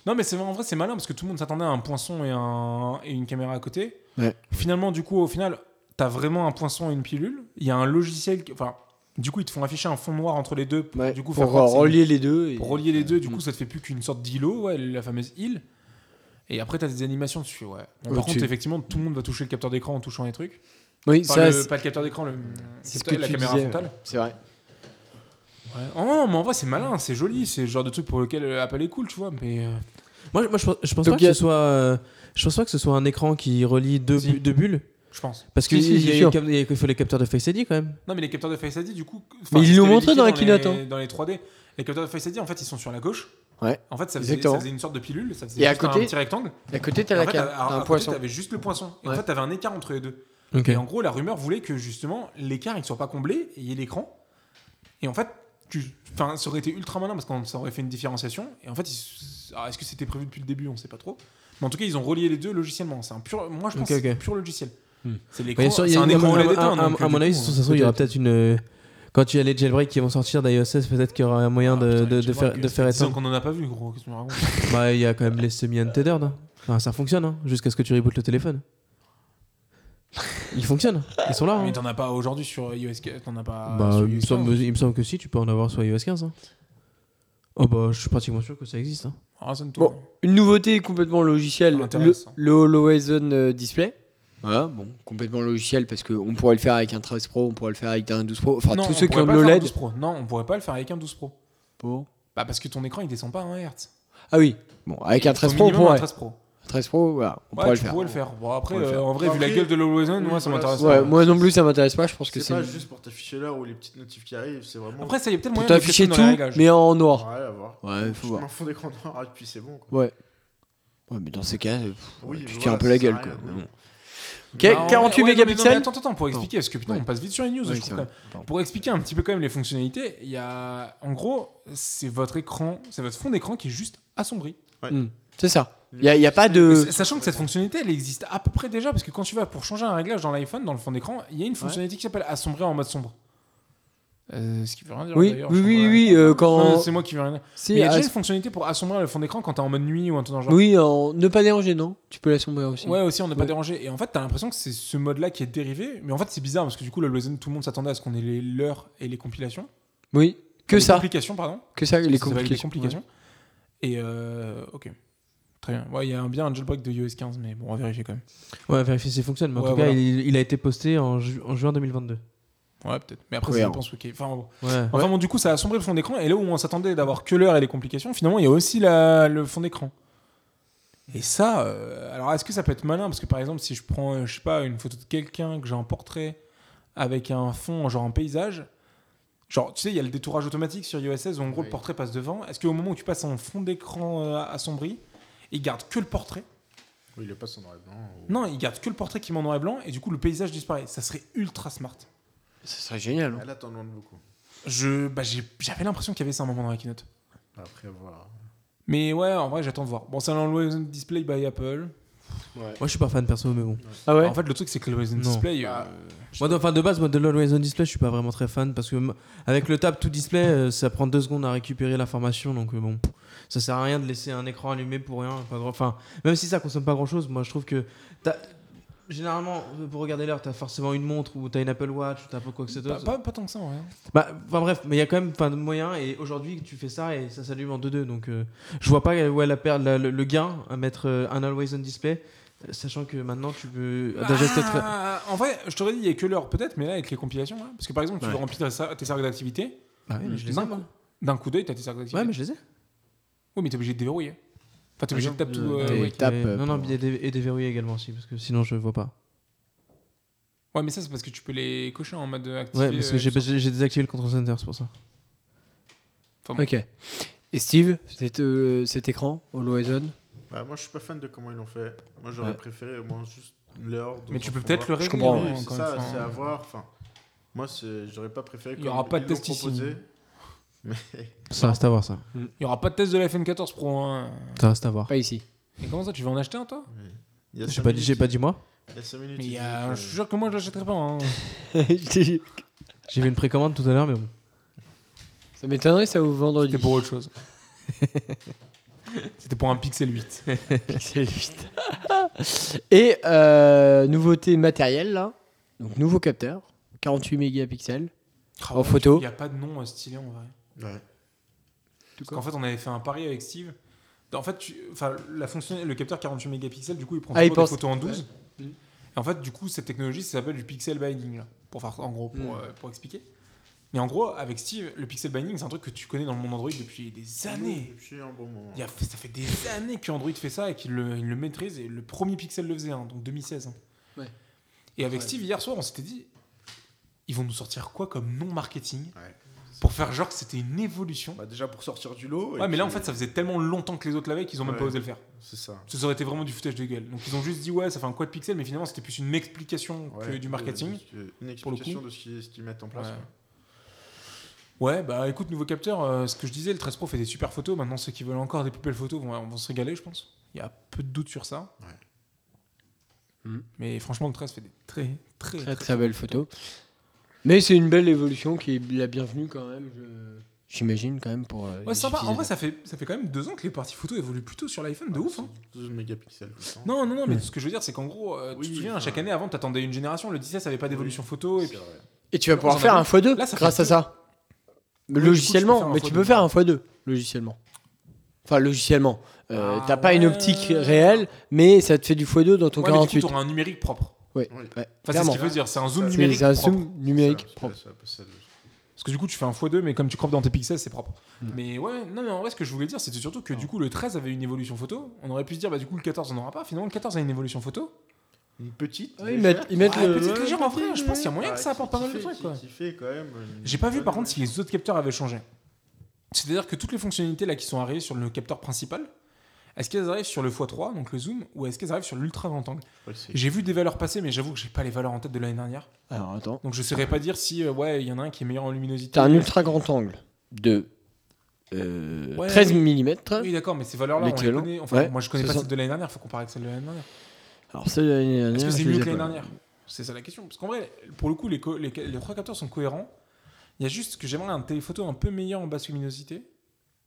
S2: Non, mais c'est en vrai, c'est malin parce que tout le monde s'attendait à un poinçon et, un, et une caméra à côté.
S1: Ouais.
S2: Finalement, du coup, au final, t'as vraiment un poinçon et une pilule. Il y a un logiciel. qui- Enfin, du coup, ils te font afficher un fond noir entre les deux.
S1: Ouais,
S2: du coup,
S1: pour
S2: faire croire que c'est-
S1: relier les deux. et-
S2: pour relier les deux. Du
S1: Mm.
S2: coup, ça te fait plus qu'une sorte d'îlot, ouais, la fameuse île. Et après, t'as des animations dessus, ouais. Bon, par
S1: Au-dessus.
S2: contre, effectivement, tout le monde va toucher le capteur d'écran en touchant les trucs.
S1: Oui,
S2: Enfin,
S1: ça,
S2: le-
S1: c'est-
S2: pas le capteur d'écran, le,
S1: c'est ce
S2: capteur-
S1: que
S2: la
S1: tu
S2: caméra
S1: disais.
S2: frontale.
S1: c'est vrai.
S2: Ouais. Oh, non, mais en vrai, c'est malin, c'est joli, c'est le genre de truc pour lequel euh, Apple est cool, tu vois. Mais euh,
S3: Moi, je- moi je, pense- je pense
S1: Donc,
S3: pas
S1: il y
S3: que
S1: a-
S3: ce soit, euh, je pense pas que ce soit un écran qui relie deux,
S2: Si.
S3: bu- deux bulles,
S2: je pense.
S3: parce
S1: Si,
S3: qu'il
S1: si, c'est sûr.
S3: faut les capteurs de Face ID quand même.
S2: Non, mais les capteurs de Face ID, du coup.
S1: Mais ils l'ont
S2: c'était
S1: montré dans la
S2: les-
S1: keynote, hein.
S2: Dans les 3D. Les capteurs de Face ID, en fait, ils sont sur la gauche.
S1: Ouais.
S2: En fait, ça faisait,
S1: Exactement.
S2: ça faisait une sorte de pilule, ça faisait
S1: Et à
S2: juste
S1: côté,
S2: un petit rectangle.
S1: À côté, t'as
S2: Et en
S1: la
S2: fait,
S1: cam,
S2: à- à-
S1: t'as
S2: à
S1: un
S2: côté,
S1: poisson.
S2: T'avais juste le poisson. Et
S1: Ouais.
S2: en fait, t'avais un écart entre les deux.
S3: Ok.
S2: Et en gros, la rumeur voulait que justement l'écart il soit pas comblé et il y ait l'écran. Et en fait, tu... enfin, ça aurait été ultra malin parce qu'on ça aurait fait une différenciation. Et en fait, ils- alors, est-ce que c'était prévu depuis le début On sait pas trop. Mais en tout cas, ils ont relié les deux logiciellement. C'est un pur, moi je pense,
S3: Ok, ok.
S2: que c'est pur logiciel.
S1: Hmm.
S2: C'est
S3: Ouais,
S2: l'écran.
S3: sûr, il y
S2: C'est
S3: a-
S2: un
S3: à
S2: écran
S3: mon-
S2: OLED.
S3: à- à-
S2: hein, donc,
S3: à
S2: du
S3: mon avis,
S2: coup,
S3: ça
S2: euh,
S3: se trouve, il y aura peut-être une. euh, Quand il y a les jailbreaks qui vont sortir d'iOS 16, peut-être qu'il y aura un moyen
S2: Ah,
S3: de,
S2: putain,
S3: de,
S2: tu
S3: de
S2: vois
S3: faire,
S2: que
S3: de
S2: ça
S3: faire
S2: fait
S3: être.
S2: dix ans qu'on en a pas vu, gros. Qu'est-ce que tu me racontes
S3: Bah, il y a quand même les semi-untethered. hein. Enfin, ça fonctionne, hein, jusqu'à ce que tu rebootes le téléphone. Ils fonctionnent, ils sont là. hein.
S2: Mais t'en as pas aujourd'hui sur iOS. T'en as pas.
S3: Bah,
S2: sur hein.
S3: il, me
S2: iOS
S3: semble, il me semble que si, tu peux en avoir sur iOS 15. hein. Oh bah, je suis pratiquement sûr que ça existe. hein.
S2: Ah, ça me
S1: Bon,
S2: tourne.
S1: Une nouveauté complètement logicielle, le,
S2: Intéressant.
S1: le HoloHorizon euh, Display. Voilà, bon, complètement logiciel parce qu'on pourrait le faire avec un 13 Pro, on pourrait le faire avec un 12 Pro. Enfin,
S2: Non,
S1: tous
S2: on
S1: ceux qui
S2: pourrait
S1: ont de E
S2: pas le faire
S3: E
S1: l'OLED.
S2: avec 12 Pro. Non, on pourrait pas le faire avec un 12 Pro. Bah parce que ton écran il descend pas à 1 Hz.
S1: Ah oui, bon, avec un 13
S2: Au
S1: Pro, on
S2: minimum, un
S1: pourrait.
S2: 13 Pro.
S1: 13 Pro, voilà, on
S2: Ouais,
S1: pourrait le
S2: tu
S1: faire.
S2: pourrais le faire. Bon, après,
S1: On pourrait le
S2: euh, en vrai,
S4: Bah, Après,
S2: vu la gueule de l'Horizon,
S4: oui,
S2: moi, ça
S4: voilà,
S2: m'intéresse
S4: Ouais,
S1: Ouais,
S2: pas.
S1: moi non plus, ça m'intéresse pas. Je pense que
S4: C'est
S1: c'est.
S4: pas juste pour t'afficher l'heure ou les petites notifs qui arrivent, c'est vraiment.
S2: Après, ça y a peut-être
S1: Pour
S2: moyen de le
S1: t'afficher
S2: faire dans
S1: tout,
S2: les réglages.
S1: mais en
S4: ouais,
S1: noir.
S4: à voir.
S1: Ouais,
S4: Je
S1: faut
S4: mets
S1: voir.
S4: un fond d'écran noir et puis c'est bon. Quoi.
S1: Ouais, mais dans ces cas, euh, pff,
S4: Oui,
S1: tu te
S4: voilà,
S1: tiens un peu
S4: ça
S1: la
S4: sert
S1: gueule,
S4: à
S1: quoi.
S4: rien,
S1: mais
S4: oui.
S1: bon.
S2: Bah,
S1: Quel-
S2: en vrai,
S1: 48
S2: ouais, non, mais non, mais
S1: mégapixels
S2: Attends, attends, attends, pour expliquer, parce que putain,
S1: Ouais.
S2: on passe vite sur les news,
S1: Oui,
S2: je
S1: c'est
S2: trouve,
S1: vrai.
S2: quand même.
S1: Pardon.
S2: Pour expliquer un petit peu quand même les fonctionnalités, il y a. En gros, c'est votre écran, c'est votre fond d'écran qui est juste assombri.
S1: Hmm, C'est ça. Il n'y a, y a pas de.
S2: Mais Sachant que cette fonctionnalité, elle existe à peu près déjà, parce que quand tu vas pour changer un réglage dans l'iPhone, dans le fond d'écran, il y a une fonctionnalité qui s'appelle assombrir en mode sombre. Euh, ce qui veut rien dire.
S1: Oui, oui,
S2: d'ailleurs, je comprends
S1: oui,
S2: rien.
S1: oui, euh,
S2: Non,
S1: quand.
S2: C'est moi qui veux rien dire.
S1: c'est
S2: Mais il y a
S1: à-
S2: déjà une fonctionnalité pour assombrir le fond d'écran quand t'es en mode nuit ou un truc dans le genre.
S1: Oui, en ne pas déranger, non Tu peux l'assombrir aussi.
S2: Ouais, aussi, on n'est
S1: Ouais.
S2: pas dérangé. Et en fait, t'as l'impression que c'est ce mode-là qui est dérivé. Mais en fait, c'est bizarre parce que du coup, le Lozen, tout le monde s'attendait à ce qu'on ait les l'heure et les compilations.
S1: Oui, que
S2: les
S1: ça.
S2: complications, pardon.
S1: Que ça, les
S2: Ça s'appelle
S1: complications.
S2: les complications. Et euh, ok. Très bien. Ouais, il y a un- bien un jailbreak de iOS 15, mais bon, on va vérifier quand même.
S3: Ouais, vérifier si ça fonctionne. Mais en
S2: Ouais,
S3: tout cas,
S2: voilà.
S3: il, il a été posté en, ju- en juin 2022.
S2: Ouais, peut-être. Mais après,
S1: Ouais,
S2: ça
S1: hein.
S2: dépend ce qu'est- Enfin, bon.
S3: Ouais.
S2: Enfin, bon, du coup, ça a assombri le fond d'écran. Et là où on s'attendait d'avoir que l'heure et les complications, finalement, il y a aussi la- le fond d'écran. Et ça, euh, alors est-ce que ça peut être malin Parce que par exemple, si je prends, euh, je sais pas, une photo de quelqu'un que j'ai en portrait avec un fond, genre un paysage, genre, tu sais, il y a le détourage automatique sur iOS 16 où en gros le
S4: Oui.
S2: portrait passe devant. Est-ce qu'au moment où tu passes en fond d'écran euh, assombri, il garde que le portrait
S4: Oui, il est pas son noir et blanc. ou-
S2: Non, il garde que le portrait qui est en noir et blanc et du coup le paysage disparaît. Ça serait ultra smart.
S1: Ça serait génial. hein.
S4: Ah, Là, t'en demandes beaucoup.
S2: Je, bah, j'ai- j'avais l'impression qu'il y avait ça un moment dans la keynote.
S4: Après avoir.
S2: Mais ouais, en vrai, j'attends de voir. Bon, c'est un Always On Display by Apple.
S3: Moi, je suis pas fan perso, mais bon.
S1: Ah ouais
S2: En fait, le truc, c'est que l'Always On
S3: Non.
S2: Display. euh,
S3: Moi, de, enfin, de base, moi, de l'Always On Display, je suis pas vraiment très fan parce que m- avec le Tap to Display, euh, ça prend deux secondes à récupérer l'information, donc euh, bon, ça sert à rien de laisser un écran allumé pour rien. pas de- Enfin, même si ça consomme pas grand chose, moi, je trouve que t'as- généralement, euh, pour regarder l'heure, t'as forcément une montre ou t'as une Apple Watch ou t'as pas quoi que ce soit.
S2: pas, pas, pas tant que ça, en vrai.
S3: Bah, enfin bref, mais il y a quand même enfin, de moyens et aujourd'hui tu fais ça et ça s'allume en 2-2 donc euh, je vois pas où est la perte, la- le, le gain à mettre euh, un always on display euh, sachant que maintenant tu peux
S2: Ah,
S3: déjà c'est très-
S2: En vrai, je t'aurais dit, il y a que l'heure peut-être, mais là, avec les compilations, là, parce que par exemple, tu
S4: Ouais.
S2: veux remplis ta sa- tes cercles d'activité,
S3: Bah oui, mais je les ai.
S2: D'un
S3: moi.
S2: coup- d'un coup d'œil, t'as tes cercles d'activité.
S3: Ouais, mais je les ai.
S2: Oui, mais t'es obligé de déverrouiller. Enfin, t'es obligé de taper tout.
S4: euh,
S2: euh,
S1: Et
S2: ouais.
S1: tape,
S3: mais-
S1: euh,
S3: non non
S1: pour-
S3: et, dé- et déverrouiller également aussi parce que sinon je vois pas.
S2: Ouais, mais ça, c'est parce que tu peux les cocher en mode activé.
S3: Ouais, parce que
S2: euh,
S3: j'ai
S2: tout ça.
S3: j'ai j'ai désactivé le control center c'est pour ça.
S1: Ok. Et Steve, cet, euh, cet écran, Always On
S4: Bah, moi, je suis pas fan de comment ils l'ont fait. Moi, j'aurais
S1: Ouais.
S4: préféré au moins juste l'heure. de
S2: Mais tu
S4: temps
S2: peux
S4: pour
S2: peut-être le
S4: voir.
S2: régler.
S1: Je comprends,
S2: hein,
S1: ouais,
S4: Oui, c'est
S2: encore
S4: ça,
S2: une fois.
S4: c'est à voir. Enfin, moi, c'est- j'aurais pas préféré.
S2: Il y
S4: comme
S2: aura pas de
S4: ils l'ont
S2: test ici.
S4: proposé. Mais
S3: Ça reste à voir ça.
S2: Il y aura pas de test de la FN14 Pro. Hein.
S3: Ça reste à voir.
S1: Pas *laughs* ici.
S2: Mais comment ça, tu vas en acheter un, toi
S4: il y a
S3: J'ai
S4: cinq
S3: pas dit j'ai
S4: minutes,
S3: pas dit moi.
S4: il y a cinq minutes,
S2: Mais
S4: il
S2: il y
S4: dit
S2: a-
S4: que-
S2: je suis sûr que moi, je l'achèterai pas.
S3: *laughs*
S2: hein.
S1: ça
S3: J'ai vu une précommande tout à l'heure mais bon.
S1: m'étonnerait, ça vous vendredi.
S2: C'était
S1: *laughs*
S2: pour autre chose. C'était pour un Pixel 8.
S1: Pixel 8. Et euh, nouveauté matérielle, là. Donc, nouveau capteur, 48 mégapixels.
S2: Ah,
S1: En photo.
S2: Il n'y a pas de nom euh, stylé en vrai.
S4: Ouais.
S2: Parce qu'en fait, on avait fait un pari avec Steve. En fait, tu- enfin, la fonction, le capteur 48 mégapixels, du coup, il prend
S1: Ah, il
S2: toujours des
S1: pense-
S2: photos en 12.
S1: Ouais. Mm.
S2: Et en fait, du coup, cette technologie, ça s'appelle du pixel binding, là, pour faire, en gros, pour,
S1: Mm.
S2: euh, pour expliquer. Mais en gros, avec Steve, le pixel binding, c'est un truc que tu connais dans le monde Android depuis des années.
S4: Depuis un bon moment.
S2: Il y a- ça fait des années qu'Android fait ça et qu'il le, il le maîtrise. Et le premier pixel le faisait, hein, donc 2016. hein.
S1: Ouais.
S2: Et avec
S1: Ouais.
S2: Steve, hier soir, on s'était dit ils vont nous sortir quoi comme non marketing
S4: Ouais.
S2: pour faire genre que c'était une évolution.
S4: Bah, déjà pour sortir du lot. et
S2: Ouais, mais là, en
S4: puis-
S2: fait, ça faisait tellement longtemps que les autres l'avaient qu'ils ont même
S4: Ouais.
S2: pas osé le faire.
S4: C'est ça.
S2: Ça aurait été vraiment du foutage de gueule. Donc, ils ont juste dit, ouais, ça fait un quad pixel, mais finalement, c'était plus une explication
S4: Ouais,
S2: que du marketing.
S4: de- de- Une
S2: pour le
S4: explication
S2: coup.
S4: de ce qu'ils ce qu'ils mettent en place.
S2: Ouais.
S4: quoi.
S2: Ouais, bah écoute, nouveau capteur, euh, ce que je disais, le 13 Pro fait des super photos. Maintenant, ceux qui veulent encore des plus belles photos vont, vont se régaler, je pense. Il y a peu de doute sur ça.
S1: Ouais. Mhm.
S2: Mais franchement, le 13 fait des très, très,
S1: Très très belle photo. Mais c'est une belle évolution qui est la bienvenue quand même, je- j'imagine, quand même pour. euh,
S2: Ouais,
S1: les
S2: c'est sympa. En vrai,
S1: utilisateurs.
S2: ça fait, ça fait quand même deux ans que les parties photos évoluent plutôt sur l'iPhone, de
S4: Ouais,
S2: ouf.
S4: c'est
S2: hein.
S4: 12 mégapixels. tout le temps.
S2: Non, non, non, mais ce que je veux dire, c'est qu'en gros, euh, tu
S4: Oui,
S2: te souviens,
S4: enfin,
S2: chaque année, avant, t'attendais une génération, le 16 avait pas d'évolution photo, et
S4: C'est
S2: puis
S4: vrai.
S1: Et tu vas pouvoir
S2: on en
S1: faire
S2: a
S1: un x2
S2: Là, ça fait
S1: grâce à
S2: deux.
S1: ça.
S2: du coup, tu peux faire
S1: Logiciellement,
S2: un
S1: mais tu
S2: x2.
S1: peux faire un x2 logiciellement. Enfin, logiciellement. Euh,
S2: Ah
S1: T'as pas une
S2: ouais.
S1: optique réelle, mais ça te fait du x2 dans ton
S2: Ouais, mais du
S1: 48.
S2: coup, t'auras un numérique propre.
S4: Oui.
S1: Ouais,
S2: Enfin, c'est ce
S1: clairement.
S2: qu'il veut dire, c'est un zoom
S4: C'est-
S1: C'est
S2: numérique
S1: c'est un
S2: propre.
S1: zoom numérique
S4: Ça,
S1: propre.
S4: ça, ça, ça, ça,
S2: Parce que du coup, tu fais un x2, mais comme tu croppes dans tes pixels, c'est propre.
S1: Mm.
S2: Mais ouais, non, mais en vrai, ce que je voulais dire, c'était surtout que du coup, le 13 avait une évolution photo. On aurait pu se dire, bah du coup, le 14, on aura pas. Finalement, le 14 a une évolution photo.
S4: Une petite.
S1: Ouais, ils mettent, ils mettent
S2: Ah,
S1: le.
S2: peut-être
S1: ouais,
S2: légère, en vrai, je pense qu'il y a moyen
S4: Ah,
S2: que ça apporte
S4: qui-
S2: pas mal
S4: qui
S2: de
S4: fait-
S2: trucs,
S4: qui-
S2: quoi.
S4: qui fait quand même une
S2: J'ai pas vu,
S4: bonne-
S2: par contre, si les autres capteurs avaient changé. C'est-à-dire que toutes les fonctionnalités là qui sont arrivées sur le capteur principal, est-ce qu'elles arrivent sur le x3, donc le zoom, ou est-ce qu'elles arrivent sur l'ultra grand angle
S4: Ouais, c'est-
S2: J'ai vu des valeurs passer, mais j'avoue que j'ai pas les valeurs en tête de l'année dernière.
S1: Alors attends.
S2: Donc je saurais pas dire si, euh, ouais, il y en a un qui est meilleur en luminosité.
S1: T'as un ultra grand angle de euh,
S2: Ouais,
S1: 13
S2: oui.
S1: mm.
S2: Oui, d'accord, mais ces valeurs-là, on les
S1: L'équivalent.
S2: connaît. Enfin,
S1: Ouais.
S2: moi, je connais pas
S1: 60.
S2: celle de l'année dernière, faut comparer avec celle de l'année dernière.
S1: Alors celle de l'année dernière.
S2: Est-ce que c'est
S1: je les ai
S2: mieux que l'année
S1: pas.
S2: dernière C'est ça la question. Parce qu'en vrai, pour le coup, les, co- les, ca- les trois capteurs sont cohérents. Il y a juste que j'aimerais un téléphoto un peu meilleur en basse luminosité.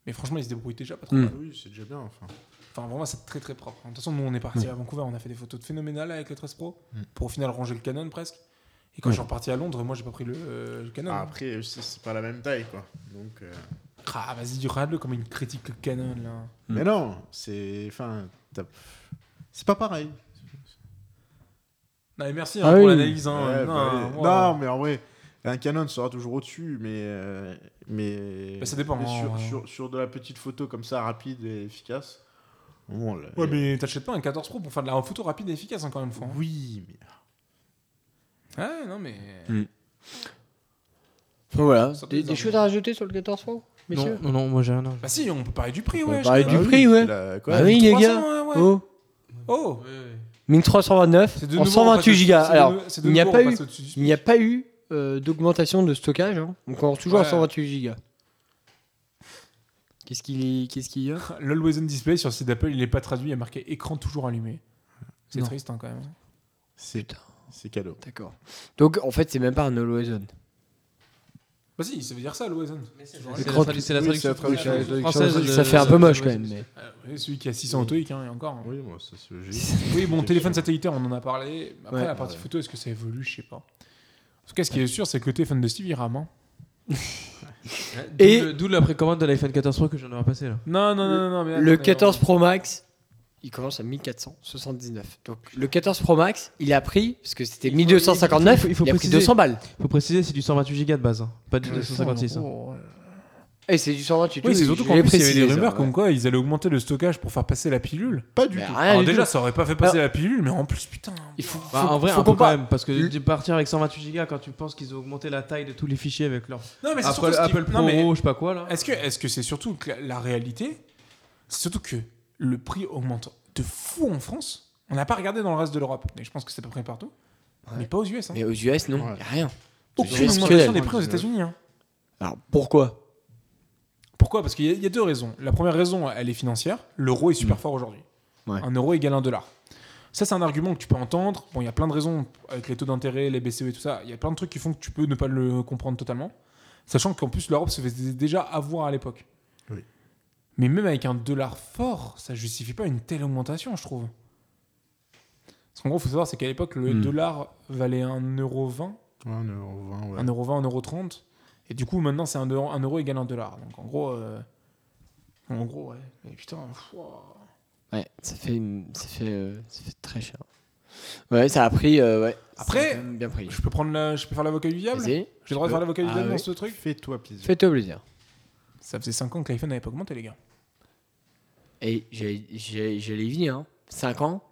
S2: Mais franchement, ils se débrouillent déjà pas trop.
S1: Mm.
S2: mal.
S4: Ah Oui, c'est déjà bien. Enfin.
S2: Enfin, vraiment, c'est très très propre. De toute façon, nous, on est parti à Vancouver, on a fait des photos de phénoménales avec le 13 Pro
S4: Mm.
S2: pour au final ranger le Canon presque. Et quand
S1: Ouais.
S2: je suis reparti à Londres, moi, j'ai pas pris le, euh, le Canon.
S4: Ah,
S2: Ah,
S4: après, euh, c'est c'est pas la même taille, quoi. Donc, euh,
S2: vas-y, regarde-le comme il critique le Canon là.
S1: Mm.
S4: Mais non, c'est. Enfin, t'as- c'est pas pareil.
S2: Non, mais merci
S1: Ah
S2: hein, pour
S1: oui.
S2: l'analyse. hein.
S4: Ouais,
S2: non,
S4: bah, ouais.
S2: wow.
S4: Non, mais en vrai, un Canon sera toujours au-dessus, mais. euh, mais
S2: Bah, ça dépend,
S4: mais
S2: hein.
S4: sur, sur, sur de la petite photo comme ça, rapide et efficace. Bon, là,
S2: Ouais, mais t'achètes pas un 14 Pro pour faire de la photo rapide et efficace, encore une fois. hein.
S4: Oui, mais.
S2: Ah, non, mais.
S1: Mm. Enfin, voilà.
S2: Ça peut
S1: Des,
S2: être
S1: des
S2: arguments.
S1: choses à rajouter sur le 14 francs, messieurs
S3: Non, non non, moi j'ai rien. à-
S2: Bah, si, on peut parler du prix,
S1: On
S2: ouais.
S1: peut parler
S2: je-
S1: du prix, ouais.
S4: Ah la- quoi,
S1: Bah oui, les
S2: 300,
S1: gars.
S2: ouais, ouais.
S1: Oh,
S2: Oh,
S1: 1329
S2: c'est de
S1: en
S2: nouveau, on passe
S1: 128
S2: au-
S1: gigas.
S2: c'est de
S1: Alors,
S2: nou- c'est de
S1: il n'y a
S2: nouveau,
S1: pas
S2: on
S1: eu-
S2: passe au-dessus du-
S1: il n'y a pas eu euh, d'augmentation de stockage. hein. Donc, on commence toujours
S2: Ouais.
S1: à 128 gigas. Qu'est-ce qu'il qu'est-ce qu'il y a
S2: L'Always On Display sur le site d'Apple, il n'est pas traduit, il y a marqué écran toujours allumé. C'est
S1: Non.
S2: triste hein, quand même.
S4: C'est c'est cadeau.
S1: D'accord. Donc en fait, c'est même pas un always on.
S2: Bah si, ça veut dire ça, Always On. Toujours
S3: C'est
S2: allumé.
S1: Écran-
S3: la tradu- c'est la
S4: Oui,
S3: traduction
S4: c'est la traduction
S3: française
S4: française.
S3: de-
S1: Ça fait un
S3: de-
S1: peu
S3: de-
S1: moche
S3: ouais,
S1: quand
S3: c'est-
S1: même. Mais...
S2: Ah, oui, celui qui a 600 TOEIC, hein, et encore. hein.
S4: Oui, moi, ça c'est logique.
S2: Oui, bon, téléphone satellitaire, on en a parlé. Après,
S1: Ouais.
S2: la partie
S4: Ouais.
S2: photo, est-ce que ça évolue Je sais pas. En tout cas, ce qui est sûr, c'est que le téléphone de Steve, il rame. hein.
S3: D'où
S1: Et-
S3: le- D'où la précommande de l'iPhone 14 Pro que je viens de voir passer là.
S2: Non, non, non, non, non. Mais
S1: Le
S2: attendez,
S1: 14 Pro Max, il commence à 1479. Donc le 14 Pro Max, il a pris, parce que c'était
S3: Il faut-
S1: 1259, il,
S3: il faut- il faut
S1: a pris
S3: préciser.
S1: 200 balles.
S3: Faut préciser, c'est du 128 Go de base, hein, pas du
S2: on-
S3: 256. hein.
S2: Oh, ouais.
S1: Et Eh, c'est du 128.
S2: Oui, c'est surtout
S1: je
S2: qu'en
S1: l'ai
S2: plus, il y avait
S1: précisé,
S2: des
S1: ça,
S2: rumeurs
S1: ouais.
S2: comme quoi ils allaient augmenter le stockage pour faire passer la pilule.
S4: Pas du
S1: Mais
S4: tout.
S1: rien
S2: Alors
S1: Ah, du
S2: déjà,
S1: tout.
S2: ça aurait pas fait passer la pilule, mais en plus, putain.
S1: il faut,
S3: Bah,
S1: faut-
S3: en vrai,
S1: faut
S3: un peu
S1: qu'on parle-
S3: quand même, parce que
S1: Le-
S3: de partir avec 128 Go quand tu penses qu'ils ont augmenté la taille de tous les fichiers avec leur
S2: Non, mais c'est
S3: Apple,
S2: surtout ce qui-
S3: Apple Pro,
S2: non, mais
S3: je sais pas quoi là.
S2: Est-ce que est-ce que c'est surtout que la, la réalité C'est surtout que le prix augmente de fou en France. On n'a pas regardé dans le reste de l'Europe, mais je pense que c'est à peu près partout. Mais pas aux US. Hein.
S1: Mais aux US, non, il
S4: Ouais.
S1: n'y a rien.
S2: Aucune
S1: c'est
S2: augmentation
S1: exceptionnel.
S2: des prix aux États-Unis. hein.
S1: Alors pourquoi
S2: Pourquoi Parce qu'il y, a- il y a deux raisons. La première raison, elle est financière. L'euro est super fort aujourd'hui.
S1: Ouais.
S2: Un euro égale un dollar. Ça, c'est un argument que tu peux entendre. Bon, il y a plein de raisons avec les taux d'intérêt, les BCE et tout ça. Il y a plein de trucs qui font que tu peux ne pas le comprendre totalement. Sachant qu'en plus, l'Europe se faisait déjà avoir à l'époque.
S4: Oui.
S2: Mais même avec un dollar fort, ça justifie pas une telle augmentation, je trouve. Parce qu'en gros, il faut savoir, c'est qu'à l'époque, le
S1: Hmm.
S2: dollar valait 1,20€.
S4: Ouais, un euro vingt, ouais.
S2: 1,20€, 1,30€. Et du coup, maintenant, c'est 1 euro, 1 euro égale 1 dollar. Donc, en gros... euh, En gros, ouais. Mais putain, pff, ouah.
S1: Ouais, ça fait, une- ça, fait, euh, ça fait très cher. Ouais, ça a pris. euh, ouais,
S2: Après,
S1: ça a quand même bien pris.
S2: Je peux, prendre la... je peux faire l'avocat du diable J'ai
S1: Vas-y,
S2: le droit de
S1: peux.
S2: faire l'avocat du
S1: Ah
S2: diable dans
S1: oui.
S2: ce truc
S4: Bah, Fais-toi plaisir.
S1: fais-toi plaisir.
S2: Ça faisait 5 ans que l'iPhone n'avait pas augmenté, les gars.
S1: Et j'ai- j'ai- j'allais venir, hein. 5 ans.